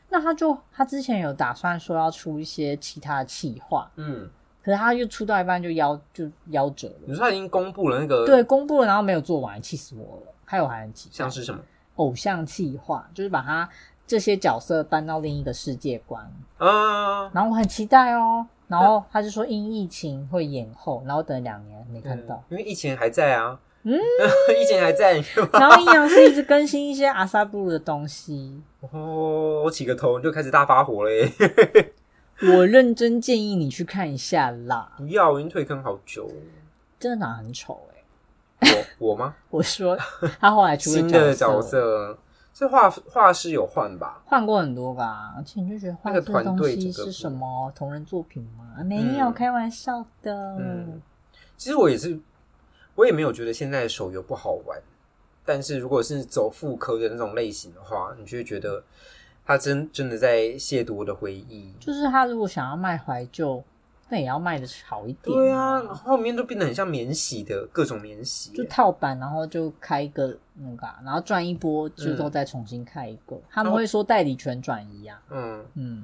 Speaker 2: 那他就他之前有打算说要出一些其他的企划，
Speaker 1: 嗯，
Speaker 2: 可是他又出到一半就夭就夭折了。
Speaker 1: 你说他已经公布了那个
Speaker 2: 对，公布了，然后没有做完，气死我了。还有还很气，
Speaker 1: 像是什么？
Speaker 2: 偶像企划，就是把他这些角色搬到另一个世界观，
Speaker 1: 啊，
Speaker 2: 然后我很期待哦。然后他就说因疫情会延后，然后等两年没看到。
Speaker 1: 因为疫情还在啊。
Speaker 2: 嗯，
Speaker 1: 疫情还在。你干嘛
Speaker 2: 然后阴阳师一直更新一些阿萨布鲁的东西，
Speaker 1: 哦，我起个头你就开始大发火了耶！
Speaker 2: 我认真建议你去看一下啦，
Speaker 1: 不要，我已经退坑好久了。
Speaker 2: 真的长得很丑哎、
Speaker 1: 我我 吗？
Speaker 2: 我说他后来出
Speaker 1: 新的角
Speaker 2: 色
Speaker 1: 色是画画师有换吧？
Speaker 2: 换过很多吧，而且你就觉得画
Speaker 1: 那
Speaker 2: 这
Speaker 1: 个团
Speaker 2: 东
Speaker 1: 队
Speaker 2: 西
Speaker 1: 整个
Speaker 2: 是
Speaker 1: 不
Speaker 2: 什么同人作品吗？没有，
Speaker 1: 嗯
Speaker 2: 开玩笑的。
Speaker 1: 嗯其实我也是，我也没有觉得现在的手游不好玩，但是如果是走副科的那种类型的话，你就会觉得它真真的在亵渎我的回忆。
Speaker 2: 就是他如果想要卖怀旧，那也要卖的好一点、
Speaker 1: 对啊，后面都变得很像免洗的各种免洗，
Speaker 2: 就套版，然后就开一个那个、啊，然后赚一波之后再重新开一个。他们会说代理权转移啊，
Speaker 1: 嗯
Speaker 2: 嗯，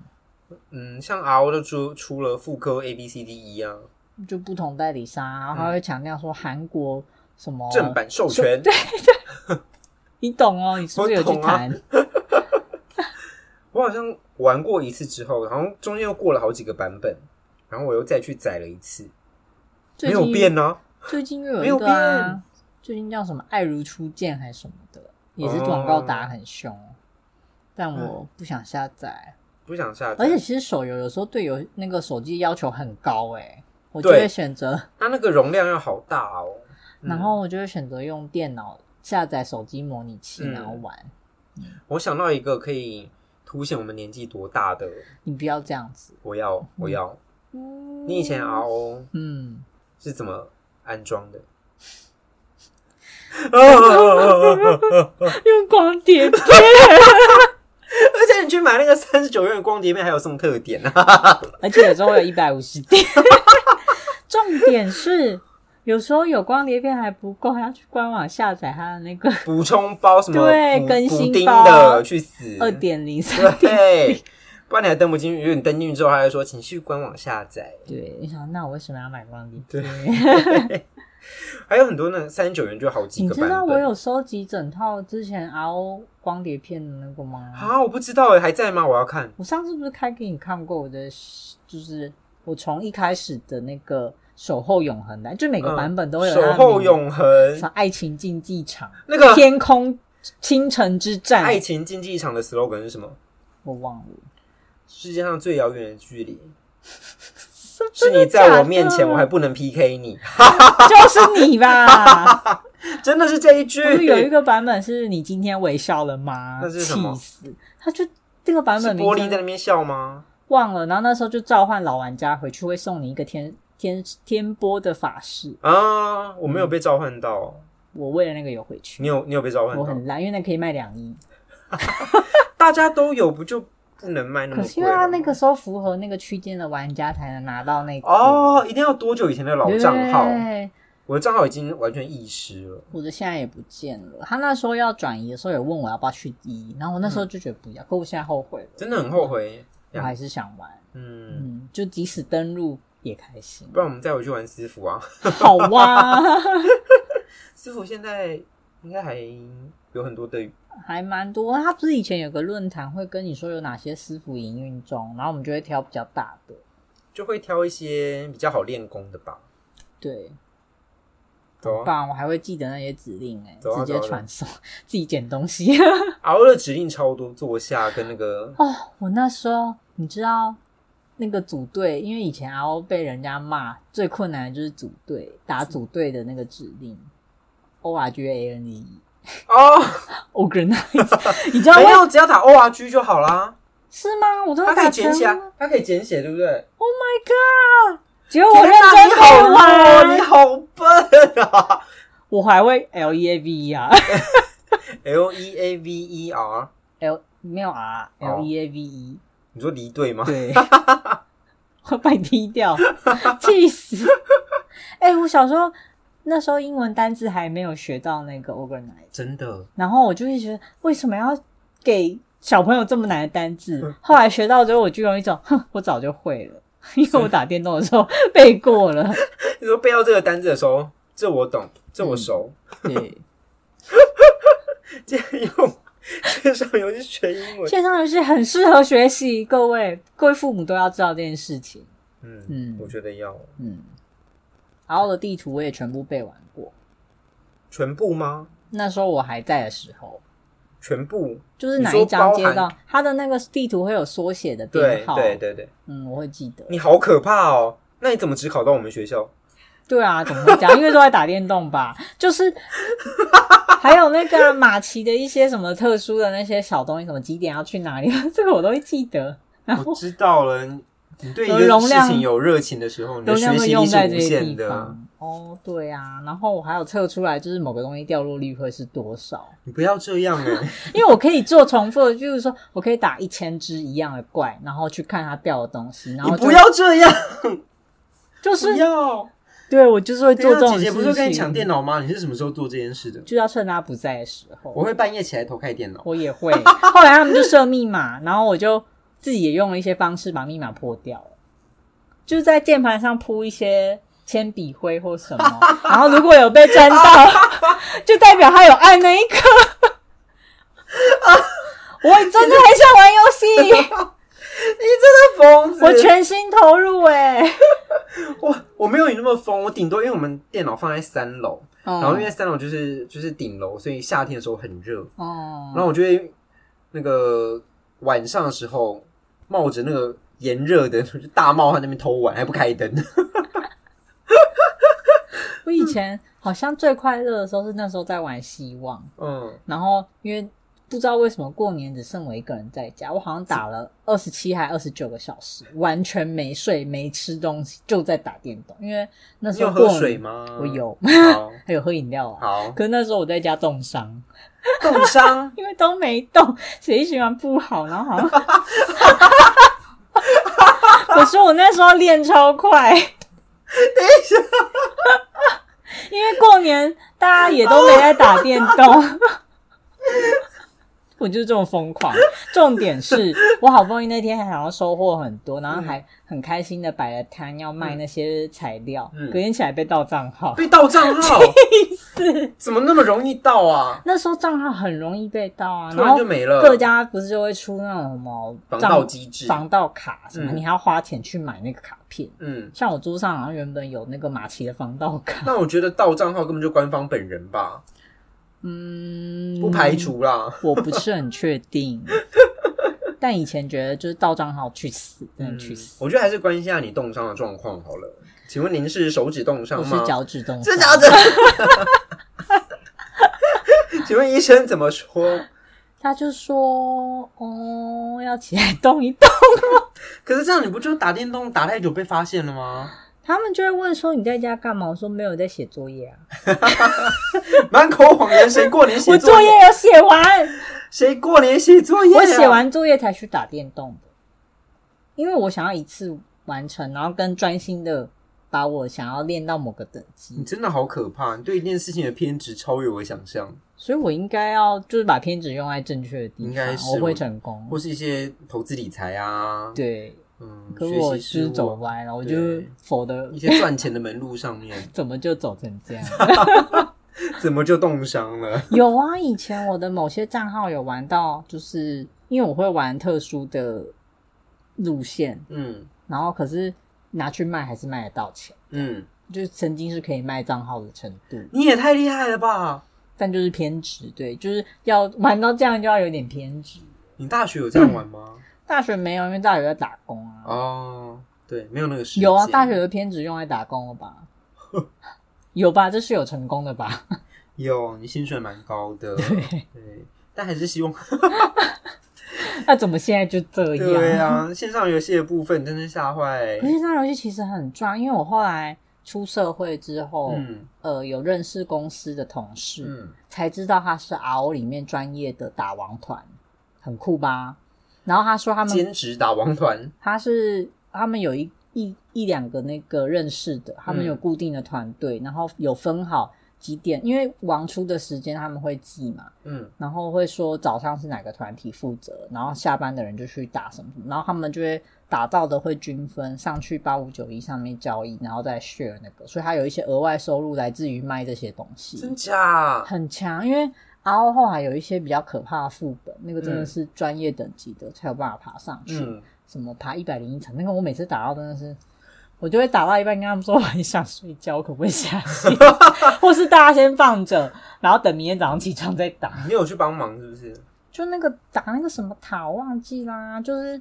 Speaker 1: 嗯，像 RO 都出出了副歌 A B C D E 啊，
Speaker 2: 就不同代理商啊，然后他会强调说韩国什么
Speaker 1: 嗯正版授权，
Speaker 2: 你懂哦，你是不是有去
Speaker 1: 啊
Speaker 2: 谈？
Speaker 1: 我好像玩过一次之后，好像中间又过了好几个版本，然后我又再去载了一次，没
Speaker 2: 最近
Speaker 1: 有变啊呢、
Speaker 2: 最近又有
Speaker 1: 没
Speaker 2: 一
Speaker 1: 有
Speaker 2: 个啊
Speaker 1: 变，
Speaker 2: 最近叫什么“爱如初见”还是什么的，也是广告打很凶，但我
Speaker 1: 嗯
Speaker 2: 不想下载。
Speaker 1: 不想下载。
Speaker 2: 而且其实手游有时候对游那个手机要求很高哎、我就
Speaker 1: 对
Speaker 2: 会选择，
Speaker 1: 它那个容量要好大哦。嗯
Speaker 2: 然后我就会选择用电脑下载手机模拟器
Speaker 1: 嗯
Speaker 2: 然后玩。
Speaker 1: 我想到一个可以凸显我们年纪多大的，
Speaker 2: 你不要这样子。
Speaker 1: 我要我要。嗯你以前 RO
Speaker 2: 嗯，
Speaker 1: 是怎么安装 的？而
Speaker 2: 用光碟片，
Speaker 1: 且你去买那个三十九元的光碟片，还有送特点啊！
Speaker 2: 而且有时候会有一百五十点。 重点是，有时候有光碟片还不够，还要去官网下载它的那个
Speaker 1: 补充包什么
Speaker 2: 对
Speaker 1: 补
Speaker 2: 更
Speaker 1: 补
Speaker 2: 新
Speaker 1: 丁
Speaker 2: 包
Speaker 1: 的去死，
Speaker 2: 二点零三
Speaker 1: 对，不然你还登不进去。因为你登进去之后，他就说请去官网下载。
Speaker 2: 对，你想那我为什么要买光碟？
Speaker 1: 对，还有很多那三十九元就好几
Speaker 2: 你
Speaker 1: 个
Speaker 2: 知
Speaker 1: 版
Speaker 2: 道
Speaker 1: 本。
Speaker 2: 我有收集整套之前 RO 光碟片的那个吗？
Speaker 1: 啊，我不知道哎，还在吗？我要看。
Speaker 2: 我上次不是开给你看过我的，就是我从一开始的那个守候永恒的，就每个版本都有
Speaker 1: 嗯
Speaker 2: 它的
Speaker 1: 守
Speaker 2: 名字、
Speaker 1: 候永恒
Speaker 2: 什么爱情竞技场、
Speaker 1: 那个
Speaker 2: 天啊空清晨之战，
Speaker 1: 爱情竞技场的 slogan 是什么？
Speaker 2: 我忘了，
Speaker 1: 世界上最遥远的距离是
Speaker 2: 真
Speaker 1: 你
Speaker 2: 的假
Speaker 1: 在我
Speaker 2: 的
Speaker 1: 面前，我还不能 PK 你，
Speaker 2: 就是你吧？
Speaker 1: 真的是这一句
Speaker 2: 不。是有一个版本是你今天微笑了吗？
Speaker 1: 那是什么
Speaker 2: 气死！他就这个版
Speaker 1: 是
Speaker 2: 本名
Speaker 1: 玻
Speaker 2: 称
Speaker 1: 璃在那边笑吗？
Speaker 2: 忘了，然后那时候就召唤老玩家回去，会送你一个天天天波的法式。
Speaker 1: 啊，我没有被召唤到，
Speaker 2: 我为了那个有回去，
Speaker 1: 你有你有被召唤
Speaker 2: 我
Speaker 1: 到？
Speaker 2: 很烂，因为那可以卖两亿。
Speaker 1: 大家都有，不就不能卖那么贵吗？
Speaker 2: 可
Speaker 1: 啊
Speaker 2: 是因为他那个时候符合那个区间的玩家才能拿到那个
Speaker 1: 哦，一定要多久以前的老账号？
Speaker 2: 对
Speaker 1: 我的账号已经完全遗失了。
Speaker 2: 我的现在也不见了。他那时候要转移的时候，有问我要不要去一，然后我那时候就觉得不要，可我现在后悔了，
Speaker 1: 嗯真的很后悔。
Speaker 2: 我还是想玩。
Speaker 1: 嗯，
Speaker 2: 嗯，就即使登录也开心，
Speaker 1: 不然我们再回去玩私服啊。
Speaker 2: 好 哇，
Speaker 1: 私服现在应该还有很多的，
Speaker 2: 还蛮多。他不是以前有个论坛会跟你说有哪些私服营运中，然后我们就会挑比较大的。
Speaker 1: 就会挑一些比较好练功的吧。
Speaker 2: 对，
Speaker 1: 走啊，
Speaker 2: 棒！我还会记得那些指令哎、
Speaker 1: 走啊
Speaker 2: 直接
Speaker 1: 走啊
Speaker 2: 传送， 自己捡东西。
Speaker 1: 熬的指令超多，坐下跟那个
Speaker 2: 哦，我那时候你知道那个组队，因为以前 RO 被人家骂，最困难的就是组队打组队的那个指令，O R G A N E
Speaker 1: 哦，
Speaker 2: organize，你知道
Speaker 1: 没
Speaker 2: 为
Speaker 1: 有，只要打 O R G 就好啦。
Speaker 2: 是吗？我都
Speaker 1: 它
Speaker 2: 会
Speaker 1: 可以
Speaker 2: 打
Speaker 1: 简
Speaker 2: 成
Speaker 1: 写啊，它可以简写，对不对？
Speaker 2: Oh my god！结果我认
Speaker 1: 天哪
Speaker 2: 真
Speaker 1: 你
Speaker 2: 背
Speaker 1: 好弱，你
Speaker 2: 完，
Speaker 1: 好笨啊
Speaker 2: 我还会 L E A V E 啊
Speaker 1: ！L E A V E R，
Speaker 2: ，L 没有 R
Speaker 1: 哦
Speaker 2: L E A V E，
Speaker 1: 你说离队吗？
Speaker 2: 对，会被踢掉，气死！哎、我小时候那时候英文单字还没有学到那个 organize，
Speaker 1: 真的，
Speaker 2: 然后我就会觉得为什么要给小朋友这么难的单字？后来学到之后，我就有一种哼，我早就会了。因为我打电动的时候背过了，
Speaker 1: 你说背到这个单字的时候，这我懂，这
Speaker 2: 嗯
Speaker 1: 我熟，
Speaker 2: 对，
Speaker 1: 竟然用 线上游戏学英文。
Speaker 2: 线上游戏很适合学习，各位各位父母都要知道这件事情。
Speaker 1: 嗯
Speaker 2: 嗯，
Speaker 1: 我觉得要
Speaker 2: 嗯，然后的地图我也全部背完过，
Speaker 1: 全部吗？
Speaker 2: 那时候我还在的时候，
Speaker 1: 全部？
Speaker 2: 就是哪一张街
Speaker 1: 你说包
Speaker 2: 道，它的那个地图会有缩写的编
Speaker 1: 对
Speaker 2: 号，
Speaker 1: 对对对，
Speaker 2: 嗯，我会记得。
Speaker 1: 你好可怕哦！那你怎么只考到我们学校？
Speaker 2: 对啊，怎么会这样？因为都在打电动吧，就是 还有那个啊马奇的一些什么特殊的那些小东西，什么几点要去哪里， 这个我都会记得。
Speaker 1: 我知道了，你对一
Speaker 2: 有
Speaker 1: 个
Speaker 2: 容量
Speaker 1: 事情有热情的时候，你
Speaker 2: 流
Speaker 1: 的
Speaker 2: 量
Speaker 1: 学
Speaker 2: 会
Speaker 1: 习
Speaker 2: 用
Speaker 1: 力是
Speaker 2: 在这
Speaker 1: 无
Speaker 2: 些
Speaker 1: 限
Speaker 2: 地
Speaker 1: 的。
Speaker 2: 方。哦，对啊，然后我还有测出来，就是某个东西掉落率会是多少，
Speaker 1: 你不要这样哎！
Speaker 2: 因为我可以做重复的，就是说我 可以打一千只一样的怪，然后去看它掉的东西，然
Speaker 1: 你
Speaker 2: 后就
Speaker 1: 不要这样，
Speaker 2: 就是
Speaker 1: 不要，
Speaker 2: 对我就是会做
Speaker 1: 对
Speaker 2: 这
Speaker 1: 啊，
Speaker 2: 种
Speaker 1: 姐
Speaker 2: 事
Speaker 1: 姐
Speaker 2: 情。
Speaker 1: 不是说跟你抢电脑吗？你是什么时候做这件事的？
Speaker 2: 就要趁他不在的时候，
Speaker 1: 我会半夜起来偷开电脑，
Speaker 2: 我也会。后来他们就设密码，然后我就自己也用了一些方式把密码破掉了，就是在键盘上铺一些铅笔灰或什么，然后如果有被 沾到，就代表他有按那一刻。 我真的很想玩游戏，
Speaker 1: 你真的疯子！
Speaker 2: 我全心投入 哎、
Speaker 1: 我我没有你那么疯，我顶多因为我们电脑放在三楼，
Speaker 2: 然
Speaker 1: 然后因为三楼就是就是顶楼，所以夏天的时候很热，
Speaker 2: 哦
Speaker 1: 然，后我就会那个晚上的时候冒着那个炎热的就是大冒汗在那边偷玩，还不开灯。
Speaker 2: 我以前好像最快乐的时候是那时候在玩希望。
Speaker 1: 嗯，
Speaker 2: 然后因为不知道为什么过年只剩我一个人在家，我好像打了二十七还二十九个小时，完全没睡没吃东西，就在打电动。因为那
Speaker 1: 你
Speaker 2: 时候
Speaker 1: 有
Speaker 2: 过
Speaker 1: 喝
Speaker 2: 年
Speaker 1: 水吗？
Speaker 2: 我。有，
Speaker 1: 好，
Speaker 2: 还有喝饮料啊。
Speaker 1: 好，
Speaker 2: 可是那时候我在家冻伤，。
Speaker 1: 冻伤
Speaker 2: 因为都没动，血液循环不好，然后好 像。我说我那时候练超快，等一下，因为过年大家也都没在打电 动，我就是这么疯狂。重点是我好不容易那天还想要收获很多，
Speaker 1: 嗯
Speaker 2: 然后还很开心的摆了摊要卖那些材料，
Speaker 1: 嗯
Speaker 2: 隔天起来被盗账号。
Speaker 1: 被盗账 号，怎么那么容易盗啊？
Speaker 2: 那时候账号很容易被盗啊，
Speaker 1: 突
Speaker 2: 然
Speaker 1: 然
Speaker 2: 后
Speaker 1: 就没了。
Speaker 2: 各家不是就会出那种什么
Speaker 1: 防
Speaker 2: 账
Speaker 1: 盗机制
Speaker 2: 防盗卡什么，
Speaker 1: 嗯
Speaker 2: 你还要花钱去买那个卡片。
Speaker 1: 嗯，
Speaker 2: 像我桌上好像原本有那个马奇的防盗 卡，
Speaker 1: 那我觉得盗账号根本就官方本人吧，
Speaker 2: 嗯，
Speaker 1: 不排，除啦。
Speaker 2: 我不是很确 定。但以前觉得就是到账号去死，真的去死。
Speaker 1: 嗯我觉得还是关心一下你冻伤的状况好了。请问您是手指冻
Speaker 2: 我
Speaker 1: 伤
Speaker 2: 是
Speaker 1: 吗？
Speaker 2: 脚趾冻伤，
Speaker 1: 嗯是脚趾。 请问医生怎么说？
Speaker 2: 他就说哦，要起来动一动。
Speaker 1: 可是这样你不就打电动打太久被发现了吗？
Speaker 2: 他们就会问说你在家干嘛？我说没有在写作业啊，
Speaker 1: 满口谎言，谁过年
Speaker 2: 我
Speaker 1: 写
Speaker 2: 作
Speaker 1: 业？
Speaker 2: 业有写完。
Speaker 1: 谁过年写作业、啊？
Speaker 2: 我写完作业才去打电动的，因为我想要一次完成，然后跟专心的把我想要练到某个等
Speaker 1: 你
Speaker 2: 级，
Speaker 1: 真的好可怕！你对一件事情的偏执超越我的想象，
Speaker 2: 所以我应该要就是把偏执用在正确的地方，
Speaker 1: 应该是
Speaker 2: 我会成功。
Speaker 1: 或是一些投资理财啊，，
Speaker 2: 对，
Speaker 1: 嗯，
Speaker 2: 可
Speaker 1: 学
Speaker 2: 我
Speaker 1: 习失
Speaker 2: 就是
Speaker 1: 误啊
Speaker 2: 走歪了，我就
Speaker 1: 对
Speaker 2: 否的
Speaker 1: 一些赚钱的门路上面，
Speaker 2: 怎么就走成这样？
Speaker 1: 怎么就冻伤了？
Speaker 2: 有啊，以前我的某些账号有玩到，就是因为我会玩特殊的路线，
Speaker 1: 嗯
Speaker 2: 然后可是拿去卖还是卖得到钱，
Speaker 1: 嗯，
Speaker 2: 就是曾经是可以卖账号的程度。
Speaker 1: 你也太厉害了吧！
Speaker 2: 但就是偏执，对，就是要玩到这样就要有点偏执。
Speaker 1: 你大学有这样玩吗？
Speaker 2: 大学没有，因为大学在打工啊。
Speaker 1: 哦，对，没有那个时间
Speaker 2: 有啊，大学的偏执用来打工了吧？ 有吧？这是有成功的吧？
Speaker 1: 有，你薪水蛮高的，对，但还是希望
Speaker 2: 那怎么现在就这样？哎
Speaker 1: 对啊，线上游戏的部分真的吓坏
Speaker 2: 可，是那游戏其实很赚，因为我后来出社会之后，
Speaker 1: 嗯
Speaker 2: 呃，有认识公司的同事，
Speaker 1: 嗯，
Speaker 2: 才知道他是 RO 里面专业的打王团，很酷吧？然后他说他们
Speaker 1: 兼职打王团，
Speaker 2: 他是他们有一一一两个那个认识的，他
Speaker 1: 嗯
Speaker 2: 们有固定的团队，然后有分好几点，因为王出的时间他们会记嘛，
Speaker 1: 嗯
Speaker 2: 然后会说早上是哪个团体负责，然后下班的人就去打什么什么，然后他们就会打造的会均分上去八五九一上面交易，然后再 share 那个，所以他有一些额外收入来自于卖这些东西，
Speaker 1: 真假？
Speaker 2: 很强，因为 RO 后来有一些比较可怕的副本，那个真的
Speaker 1: 嗯
Speaker 2: 是专业等级的才有办法爬上去。
Speaker 1: 嗯，
Speaker 2: 什么爬一百零一层，那个我每次打到真的是，我就会打到一半跟他们说我很想睡觉，可不可以下线， 或是大家先放着，然后等明天早上起床再打。
Speaker 1: 你有去帮忙是不是
Speaker 2: 就那个打那个什么塔我忘记啦，就是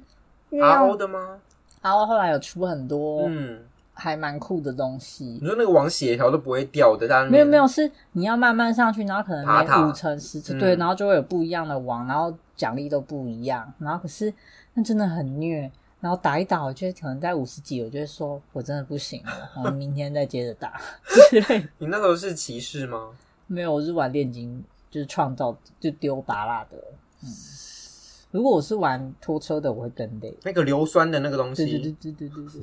Speaker 2: 因为要
Speaker 1: ？RO 的吗？
Speaker 2: 然后后来有出很多
Speaker 1: 啊嗯，
Speaker 2: 还蛮酷的东西
Speaker 1: 你，说那个网血条都不会掉的，但
Speaker 2: 没有没有，是你要慢慢上去，然后可能
Speaker 1: 嗯爬塔
Speaker 2: 每五层十层
Speaker 1: 嗯
Speaker 2: 对，然后就会有不一样的王，然后奖励都不一样，然后可是那真的很虐。然后打一打，我觉得可能在五十几，我就会说我真的不行了，我们明天再接着 打 之类的。
Speaker 1: 你那时候是骑士吗？
Speaker 2: 没有，我是玩炼金，就是创造就丢拔蜡的。嗯，如果我是玩拖车的，我会更累。
Speaker 1: 那个硫酸的那个东
Speaker 2: 对对对
Speaker 1: 西，
Speaker 2: 对对对对。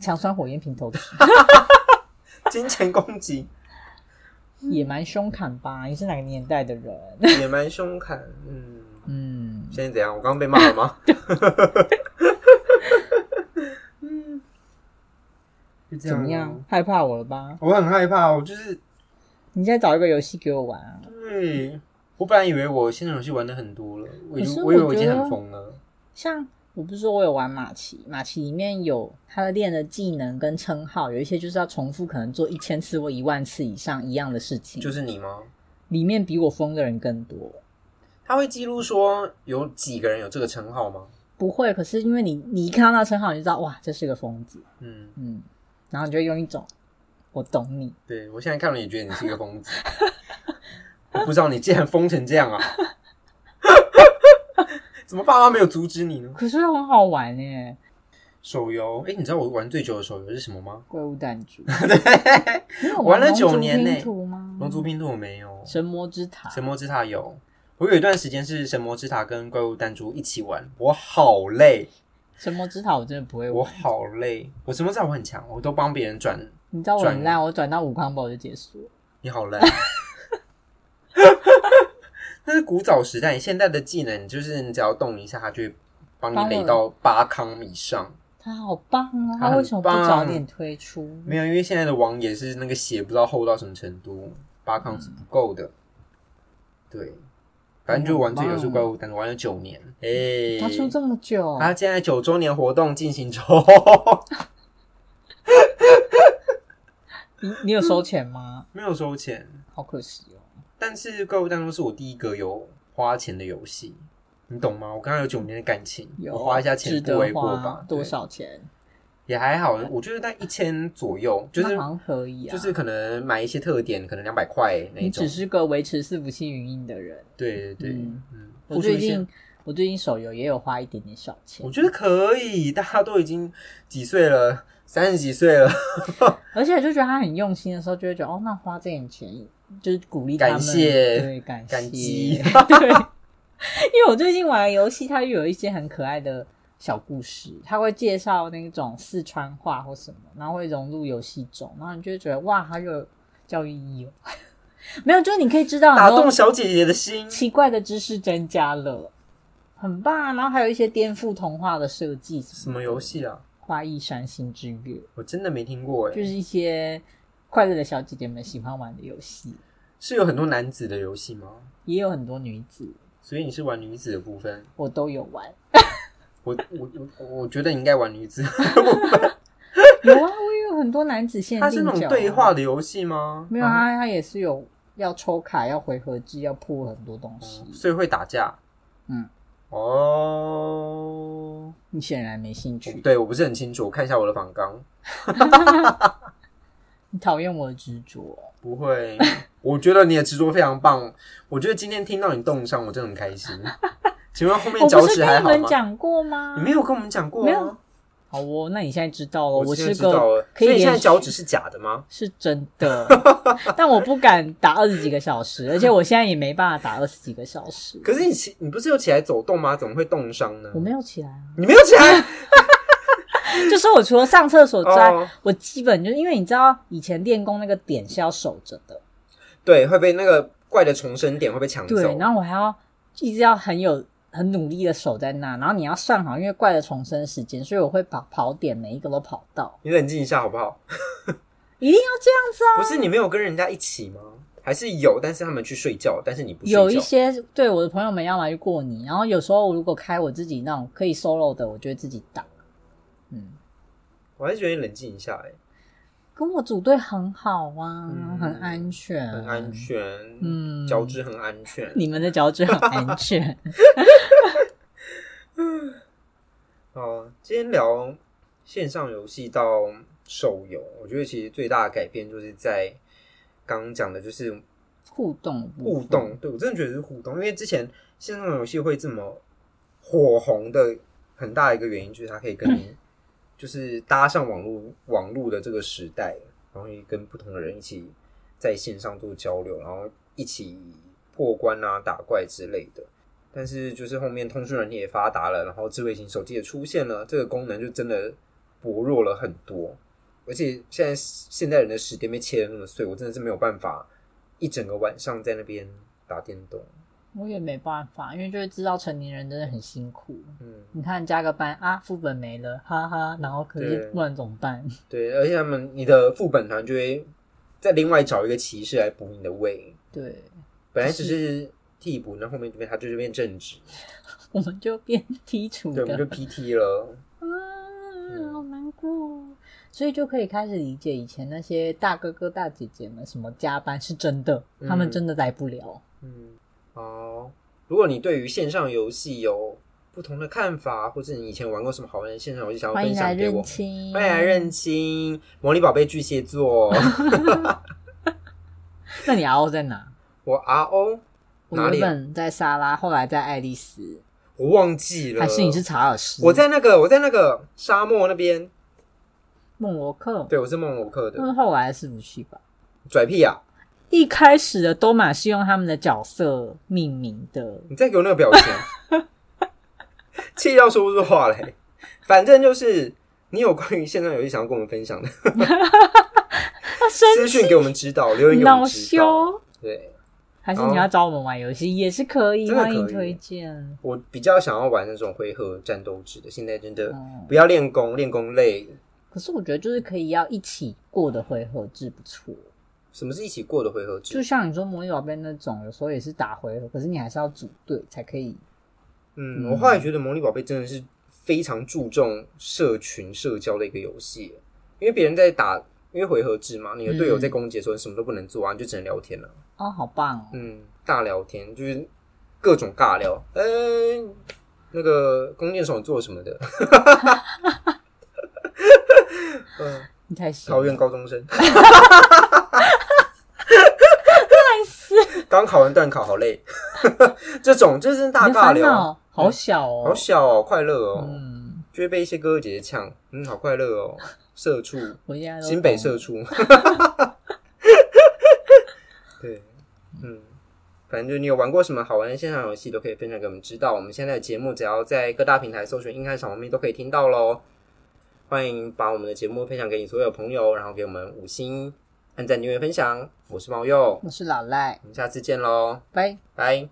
Speaker 2: 强酸火焰平头吃，
Speaker 1: 金钱攻 击，
Speaker 2: 野蛮凶砍吧？你是哪个年代的人？
Speaker 1: 野蛮凶砍，嗯，
Speaker 2: 嗯，
Speaker 1: 现在怎样？我刚刚被骂了 吗？嗯，就这
Speaker 2: 怎么样？？嗯害怕我了吧？
Speaker 1: 我很害怕，我就是
Speaker 2: 你再找一个游戏给我玩啊！
Speaker 1: 对，我本来以为我线上游戏玩的很多了，我已
Speaker 2: 可是
Speaker 1: 经
Speaker 2: 我
Speaker 1: 以为我已经
Speaker 2: 觉得
Speaker 1: 很疯了。
Speaker 2: 像我不是说我有玩马奇，马奇里面有他的练的技能跟称号，有一些就是要重复，可能做一千次或一万次以上一样的事情。
Speaker 1: 就是你吗？
Speaker 2: 里面比我疯的人更多，
Speaker 1: 他会记录说有几个人有这个称号吗？
Speaker 2: 不会。可是因为你你一看到那称号，你就知道哇，这是个疯子，
Speaker 1: 嗯，
Speaker 2: 嗯，然后你就会用一种我懂你，
Speaker 1: 对我现在看了也觉得你是一个疯子， 我不知道你竟然疯成这样啊！ 怎么爸妈没有阻止你呢？
Speaker 2: 可是很好玩耶，
Speaker 1: 手游，哎、你知道我玩最久的手游是什么 吗？
Speaker 2: 怪物弹 珠。
Speaker 1: 对，
Speaker 2: 你有
Speaker 1: 玩了
Speaker 2: 龙
Speaker 1: 九
Speaker 2: 族
Speaker 1: 年
Speaker 2: 拼
Speaker 1: 呢
Speaker 2: 图吗？
Speaker 1: 龙族拼图我没有，
Speaker 2: 神魔之塔，
Speaker 1: 神魔之塔有。我有一段时间是神魔之塔跟怪物弹珠一起玩，我好累，
Speaker 2: 神魔之塔我真的不会
Speaker 1: 我
Speaker 2: 玩。
Speaker 1: 好累。我神魔之塔我很强，我都帮别人转。
Speaker 2: 你知道我
Speaker 1: 转
Speaker 2: 很烂，我转到五 combo 就结束了。
Speaker 1: 你好烂。那是古早时代，现在的技能就是你只要动一下，它就会帮你
Speaker 2: 帮我
Speaker 1: 累到八康以上。
Speaker 2: 他好棒哦！
Speaker 1: 他
Speaker 2: 他
Speaker 1: 很啊
Speaker 2: 为什么不早点推出？
Speaker 1: 没有，因为现在的网也是那个血不知道厚到什么程度，八康是不够的。对，反正就玩这游戏怪物但是玩了九年。哎、
Speaker 2: 他出这么久，
Speaker 1: 他啊现在九周年活动进行中，
Speaker 2: 你你有收钱吗？
Speaker 1: 没有收钱，
Speaker 2: 好可惜哦。
Speaker 1: 但是怪物弹珠是我第一个有花钱的游戏，你懂吗？我跟他有九年的感情，
Speaker 2: 有
Speaker 1: 我花一下钱
Speaker 2: 值
Speaker 1: 不
Speaker 2: 得
Speaker 1: 为过
Speaker 2: 花
Speaker 1: 吧？
Speaker 2: 多
Speaker 1: 对？
Speaker 2: 少钱？
Speaker 1: 也还好，我觉得在一千左右，就是
Speaker 2: 那好像可以啊。
Speaker 1: 就是可能买一些特点，可能两百块那
Speaker 2: 你
Speaker 1: 一种
Speaker 2: 只。是个维持伺服器运营的人。
Speaker 1: 对对对，
Speaker 2: 嗯
Speaker 1: 嗯，
Speaker 2: 我
Speaker 1: 付出
Speaker 2: 最
Speaker 1: 一些
Speaker 2: 近我最近手游也有花一点点小钱
Speaker 1: 我，觉得可以，大家都已经几岁了，三十几岁了，
Speaker 2: 而且就觉得他很用心的时候，就会觉得哦，那花这点钱就是鼓励他们，
Speaker 1: 感谢
Speaker 2: 对，感谢
Speaker 1: 感激
Speaker 2: 对，因为我最近玩的游戏，它又有一些很可爱的小故事，它会介绍那种四川话或什么，然后会融入游戏中，然后你就会觉得哇，好有教育意义哦。 没有，就是你可以知道
Speaker 1: 打
Speaker 2: 很多
Speaker 1: 动小姐姐的心。
Speaker 2: 奇怪的知识增加了，很棒啊。然后还有一些颠覆童话的设计，
Speaker 1: 什么游戏啊？
Speaker 2: 《花艺山心之月》，
Speaker 1: 我真的没听过哎
Speaker 2: 就，是一些快乐的小姐姐们喜欢玩的游戏，
Speaker 1: 是有很多男子的游戏吗？
Speaker 2: 也有很多女子，
Speaker 1: 所以你是玩女子的部分，
Speaker 2: 我都有玩。
Speaker 1: 我我我我觉得你应该玩女 子。
Speaker 2: 有啊，我也有很多男子限
Speaker 1: 它是
Speaker 2: 定
Speaker 1: 那
Speaker 2: 角、啊
Speaker 1: 种对话，的游戏吗？
Speaker 2: 没有
Speaker 1: 啊，
Speaker 2: 啊，他也是有要抽卡、要回合制、要破很多东西。
Speaker 1: 所以会打架。
Speaker 2: 嗯，
Speaker 1: 哦，
Speaker 2: 你显然没兴趣，
Speaker 1: 对，我不是很清楚，我看一下我的仿纲。
Speaker 2: 你讨厌我的执着。
Speaker 1: 不会，我觉得你的执着非常棒。我觉得今天听到你动上，我真的很开心。请问后面
Speaker 2: 我
Speaker 1: 脚
Speaker 2: 不是
Speaker 1: 趾
Speaker 2: 跟
Speaker 1: 还
Speaker 2: 你
Speaker 1: 好
Speaker 2: 们
Speaker 1: 吗？
Speaker 2: 讲过吗
Speaker 1: 你？没有跟我们讲过、啊，
Speaker 2: 没有。好哦，那你现在知道了，
Speaker 1: 我
Speaker 2: 我
Speaker 1: 现在
Speaker 2: 是
Speaker 1: 知道
Speaker 2: 个
Speaker 1: 了。
Speaker 2: 可
Speaker 1: 所以你现
Speaker 2: 连
Speaker 1: 在
Speaker 2: 续
Speaker 1: 脚趾是假的吗？
Speaker 2: 是真 的，但我不敢打二十几个小时，而且我现在也没办法打二十几个小时。
Speaker 1: 可是你起，你不是有起来走动吗？怎么会冻伤呢？
Speaker 2: 我没有起来啊，
Speaker 1: 你没有起来。
Speaker 2: 就是 我除了上厕所之外，
Speaker 1: 哦
Speaker 2: 我基本就因为你知道以前练功那个点是要守着的，
Speaker 1: 对，会被那个怪的重生点会被抢走。
Speaker 2: 对，然后我还要一直要很有很努力的守在那，然后你要算好，因为怪的重生时间，所以我会把跑点每一个都跑到，
Speaker 1: 你冷静一下好不好？
Speaker 2: 一定要这样子啊。
Speaker 1: 不是你没有跟人家一起吗？还是有，但是他们去睡觉，但是你不睡觉。
Speaker 2: 有一些对我的朋友们要么去过你，然后有时候我如果开我自己那种可以 solo 的，我就会自己打。嗯，
Speaker 1: 我还是觉得你冷静一下、欸，
Speaker 2: 跟我组队很好啊，
Speaker 1: 嗯
Speaker 2: 很安全，
Speaker 1: 很安。全，
Speaker 2: 嗯
Speaker 1: 脚趾很安全。
Speaker 2: 你们的脚趾很安 全，
Speaker 1: 哦，今天聊线上游戏到手游，我觉得其实最大的改变就是在刚刚讲的，就是
Speaker 2: 互动
Speaker 1: 互动。对我真的觉得是互动，因为之前线上游戏会这么火红的很大一个原因，就是它可以跟你就是搭上网络网络的这个时代，然后也跟不同的人一起在线上做交流，然后一起破关啊、打怪之类的。但是就是后面通讯软体也发达了，然后智慧型手机也出现了，这个功能就真的薄弱了很多。而且现在现代人的时间被切的那么碎，我真的是没有办法一整个晚上在那边打电动。
Speaker 2: 我也没办法，因为就会知道成年人真的很辛苦。
Speaker 1: 嗯，
Speaker 2: 你看加个班啊，副本没了，哈哈，然后可是
Speaker 1: 对
Speaker 2: 不然怎么办？
Speaker 1: 对，而且他们你的副本团就会再另外找一个骑士来补你的位，
Speaker 2: 对，
Speaker 1: 本来只是替补，那后面这边他就是变正职，
Speaker 2: 我们就变剔除
Speaker 1: 对，我们就
Speaker 2: 的，
Speaker 1: PT 了。
Speaker 2: 啊，好难过。所以就可以开始理解以前那些大哥哥大姐姐们，什么加班是真的，
Speaker 1: 嗯
Speaker 2: 他们真的来不了。
Speaker 1: 嗯，好。如果你对于线上游戏有不同的看法，或是你以前玩过什么好玩的线上游戏，想要
Speaker 2: 欢
Speaker 1: 分
Speaker 2: 迎来
Speaker 1: 享给
Speaker 2: 认
Speaker 1: 我，
Speaker 2: 亲，
Speaker 1: 欢迎来认。亲。魔力宝贝巨蟹座，
Speaker 2: 那你 RO 在哪？
Speaker 1: 我 RO
Speaker 2: 我
Speaker 1: 哪里啊？
Speaker 2: 原本在莎拉，后来在爱丽丝，
Speaker 1: 我忘记了，
Speaker 2: 还是你是查尔斯？
Speaker 1: 呃我在那个我在那个沙漠那边，
Speaker 2: 孟罗克，
Speaker 1: 对我是梦罗克的
Speaker 2: 那后来是服器吧？
Speaker 1: 拽屁啊！
Speaker 2: 一开始的都马是用他们的角色命名的，
Speaker 1: 你再给我那个表情，啊 气到说不出话来。反正就是你有关于线上游戏想要跟我们分享 的，
Speaker 2: 他生
Speaker 1: 私讯给我们指导，留言给我
Speaker 2: 恼
Speaker 1: 们指导。
Speaker 2: 羞，
Speaker 1: 对
Speaker 2: 还是你要找我们玩游戏也是可以，
Speaker 1: 真的
Speaker 2: 欢迎
Speaker 1: 可以
Speaker 2: 推荐。
Speaker 1: 我比较想要玩那种回合战斗制的，现在真的
Speaker 2: 嗯，
Speaker 1: 不要练功，练功累。
Speaker 2: 可是我觉得就是可以要一起过的回合制不错，
Speaker 1: 什么是一起过的回合制？
Speaker 2: 就像你说魔力宝贝那种，有时候也是打回合，可是你还是要组队才可以。
Speaker 1: 嗯，
Speaker 2: 嗯
Speaker 1: 我后来觉得《魔力宝贝》真的是非常注重社群社交的一个游戏，因为别人在打，因为回合制嘛，你的队友
Speaker 2: 嗯
Speaker 1: 在攻击的时候，你什么都不能做啊，你就只能聊天了、
Speaker 2: 哦，好棒哦！
Speaker 1: 嗯，大聊天就是各种尬聊，嗯、那个弓箭手做什么的？ 嗯，
Speaker 2: 你太喜
Speaker 1: 桃
Speaker 2: 欢
Speaker 1: 园高中 生，烂死！ 刚考完段考，好累。 这种这是大
Speaker 2: 你的
Speaker 1: 尬
Speaker 2: 烦
Speaker 1: 聊，
Speaker 2: 恼好小哦，
Speaker 1: 好小哦，快乐哦，
Speaker 2: 嗯，
Speaker 1: 就会被一些哥哥姐姐呛，嗯，好快乐哦，社畜，
Speaker 2: 我现在都
Speaker 1: 新北
Speaker 2: 懂
Speaker 1: 社畜。 对，嗯，反正就你有玩过什么好玩的线上游戏，都可以分享给我们知道。我们现在的节目只要在各大平台搜寻“硬汉小猫咪”都可以听到喽。欢迎把我们的节目分享给你所有朋友，然后给我们五星按赞、留言、分享。我是猫鼬，
Speaker 2: 我是老赖，
Speaker 1: 我们下次见喽，
Speaker 2: 拜。
Speaker 1: 拜。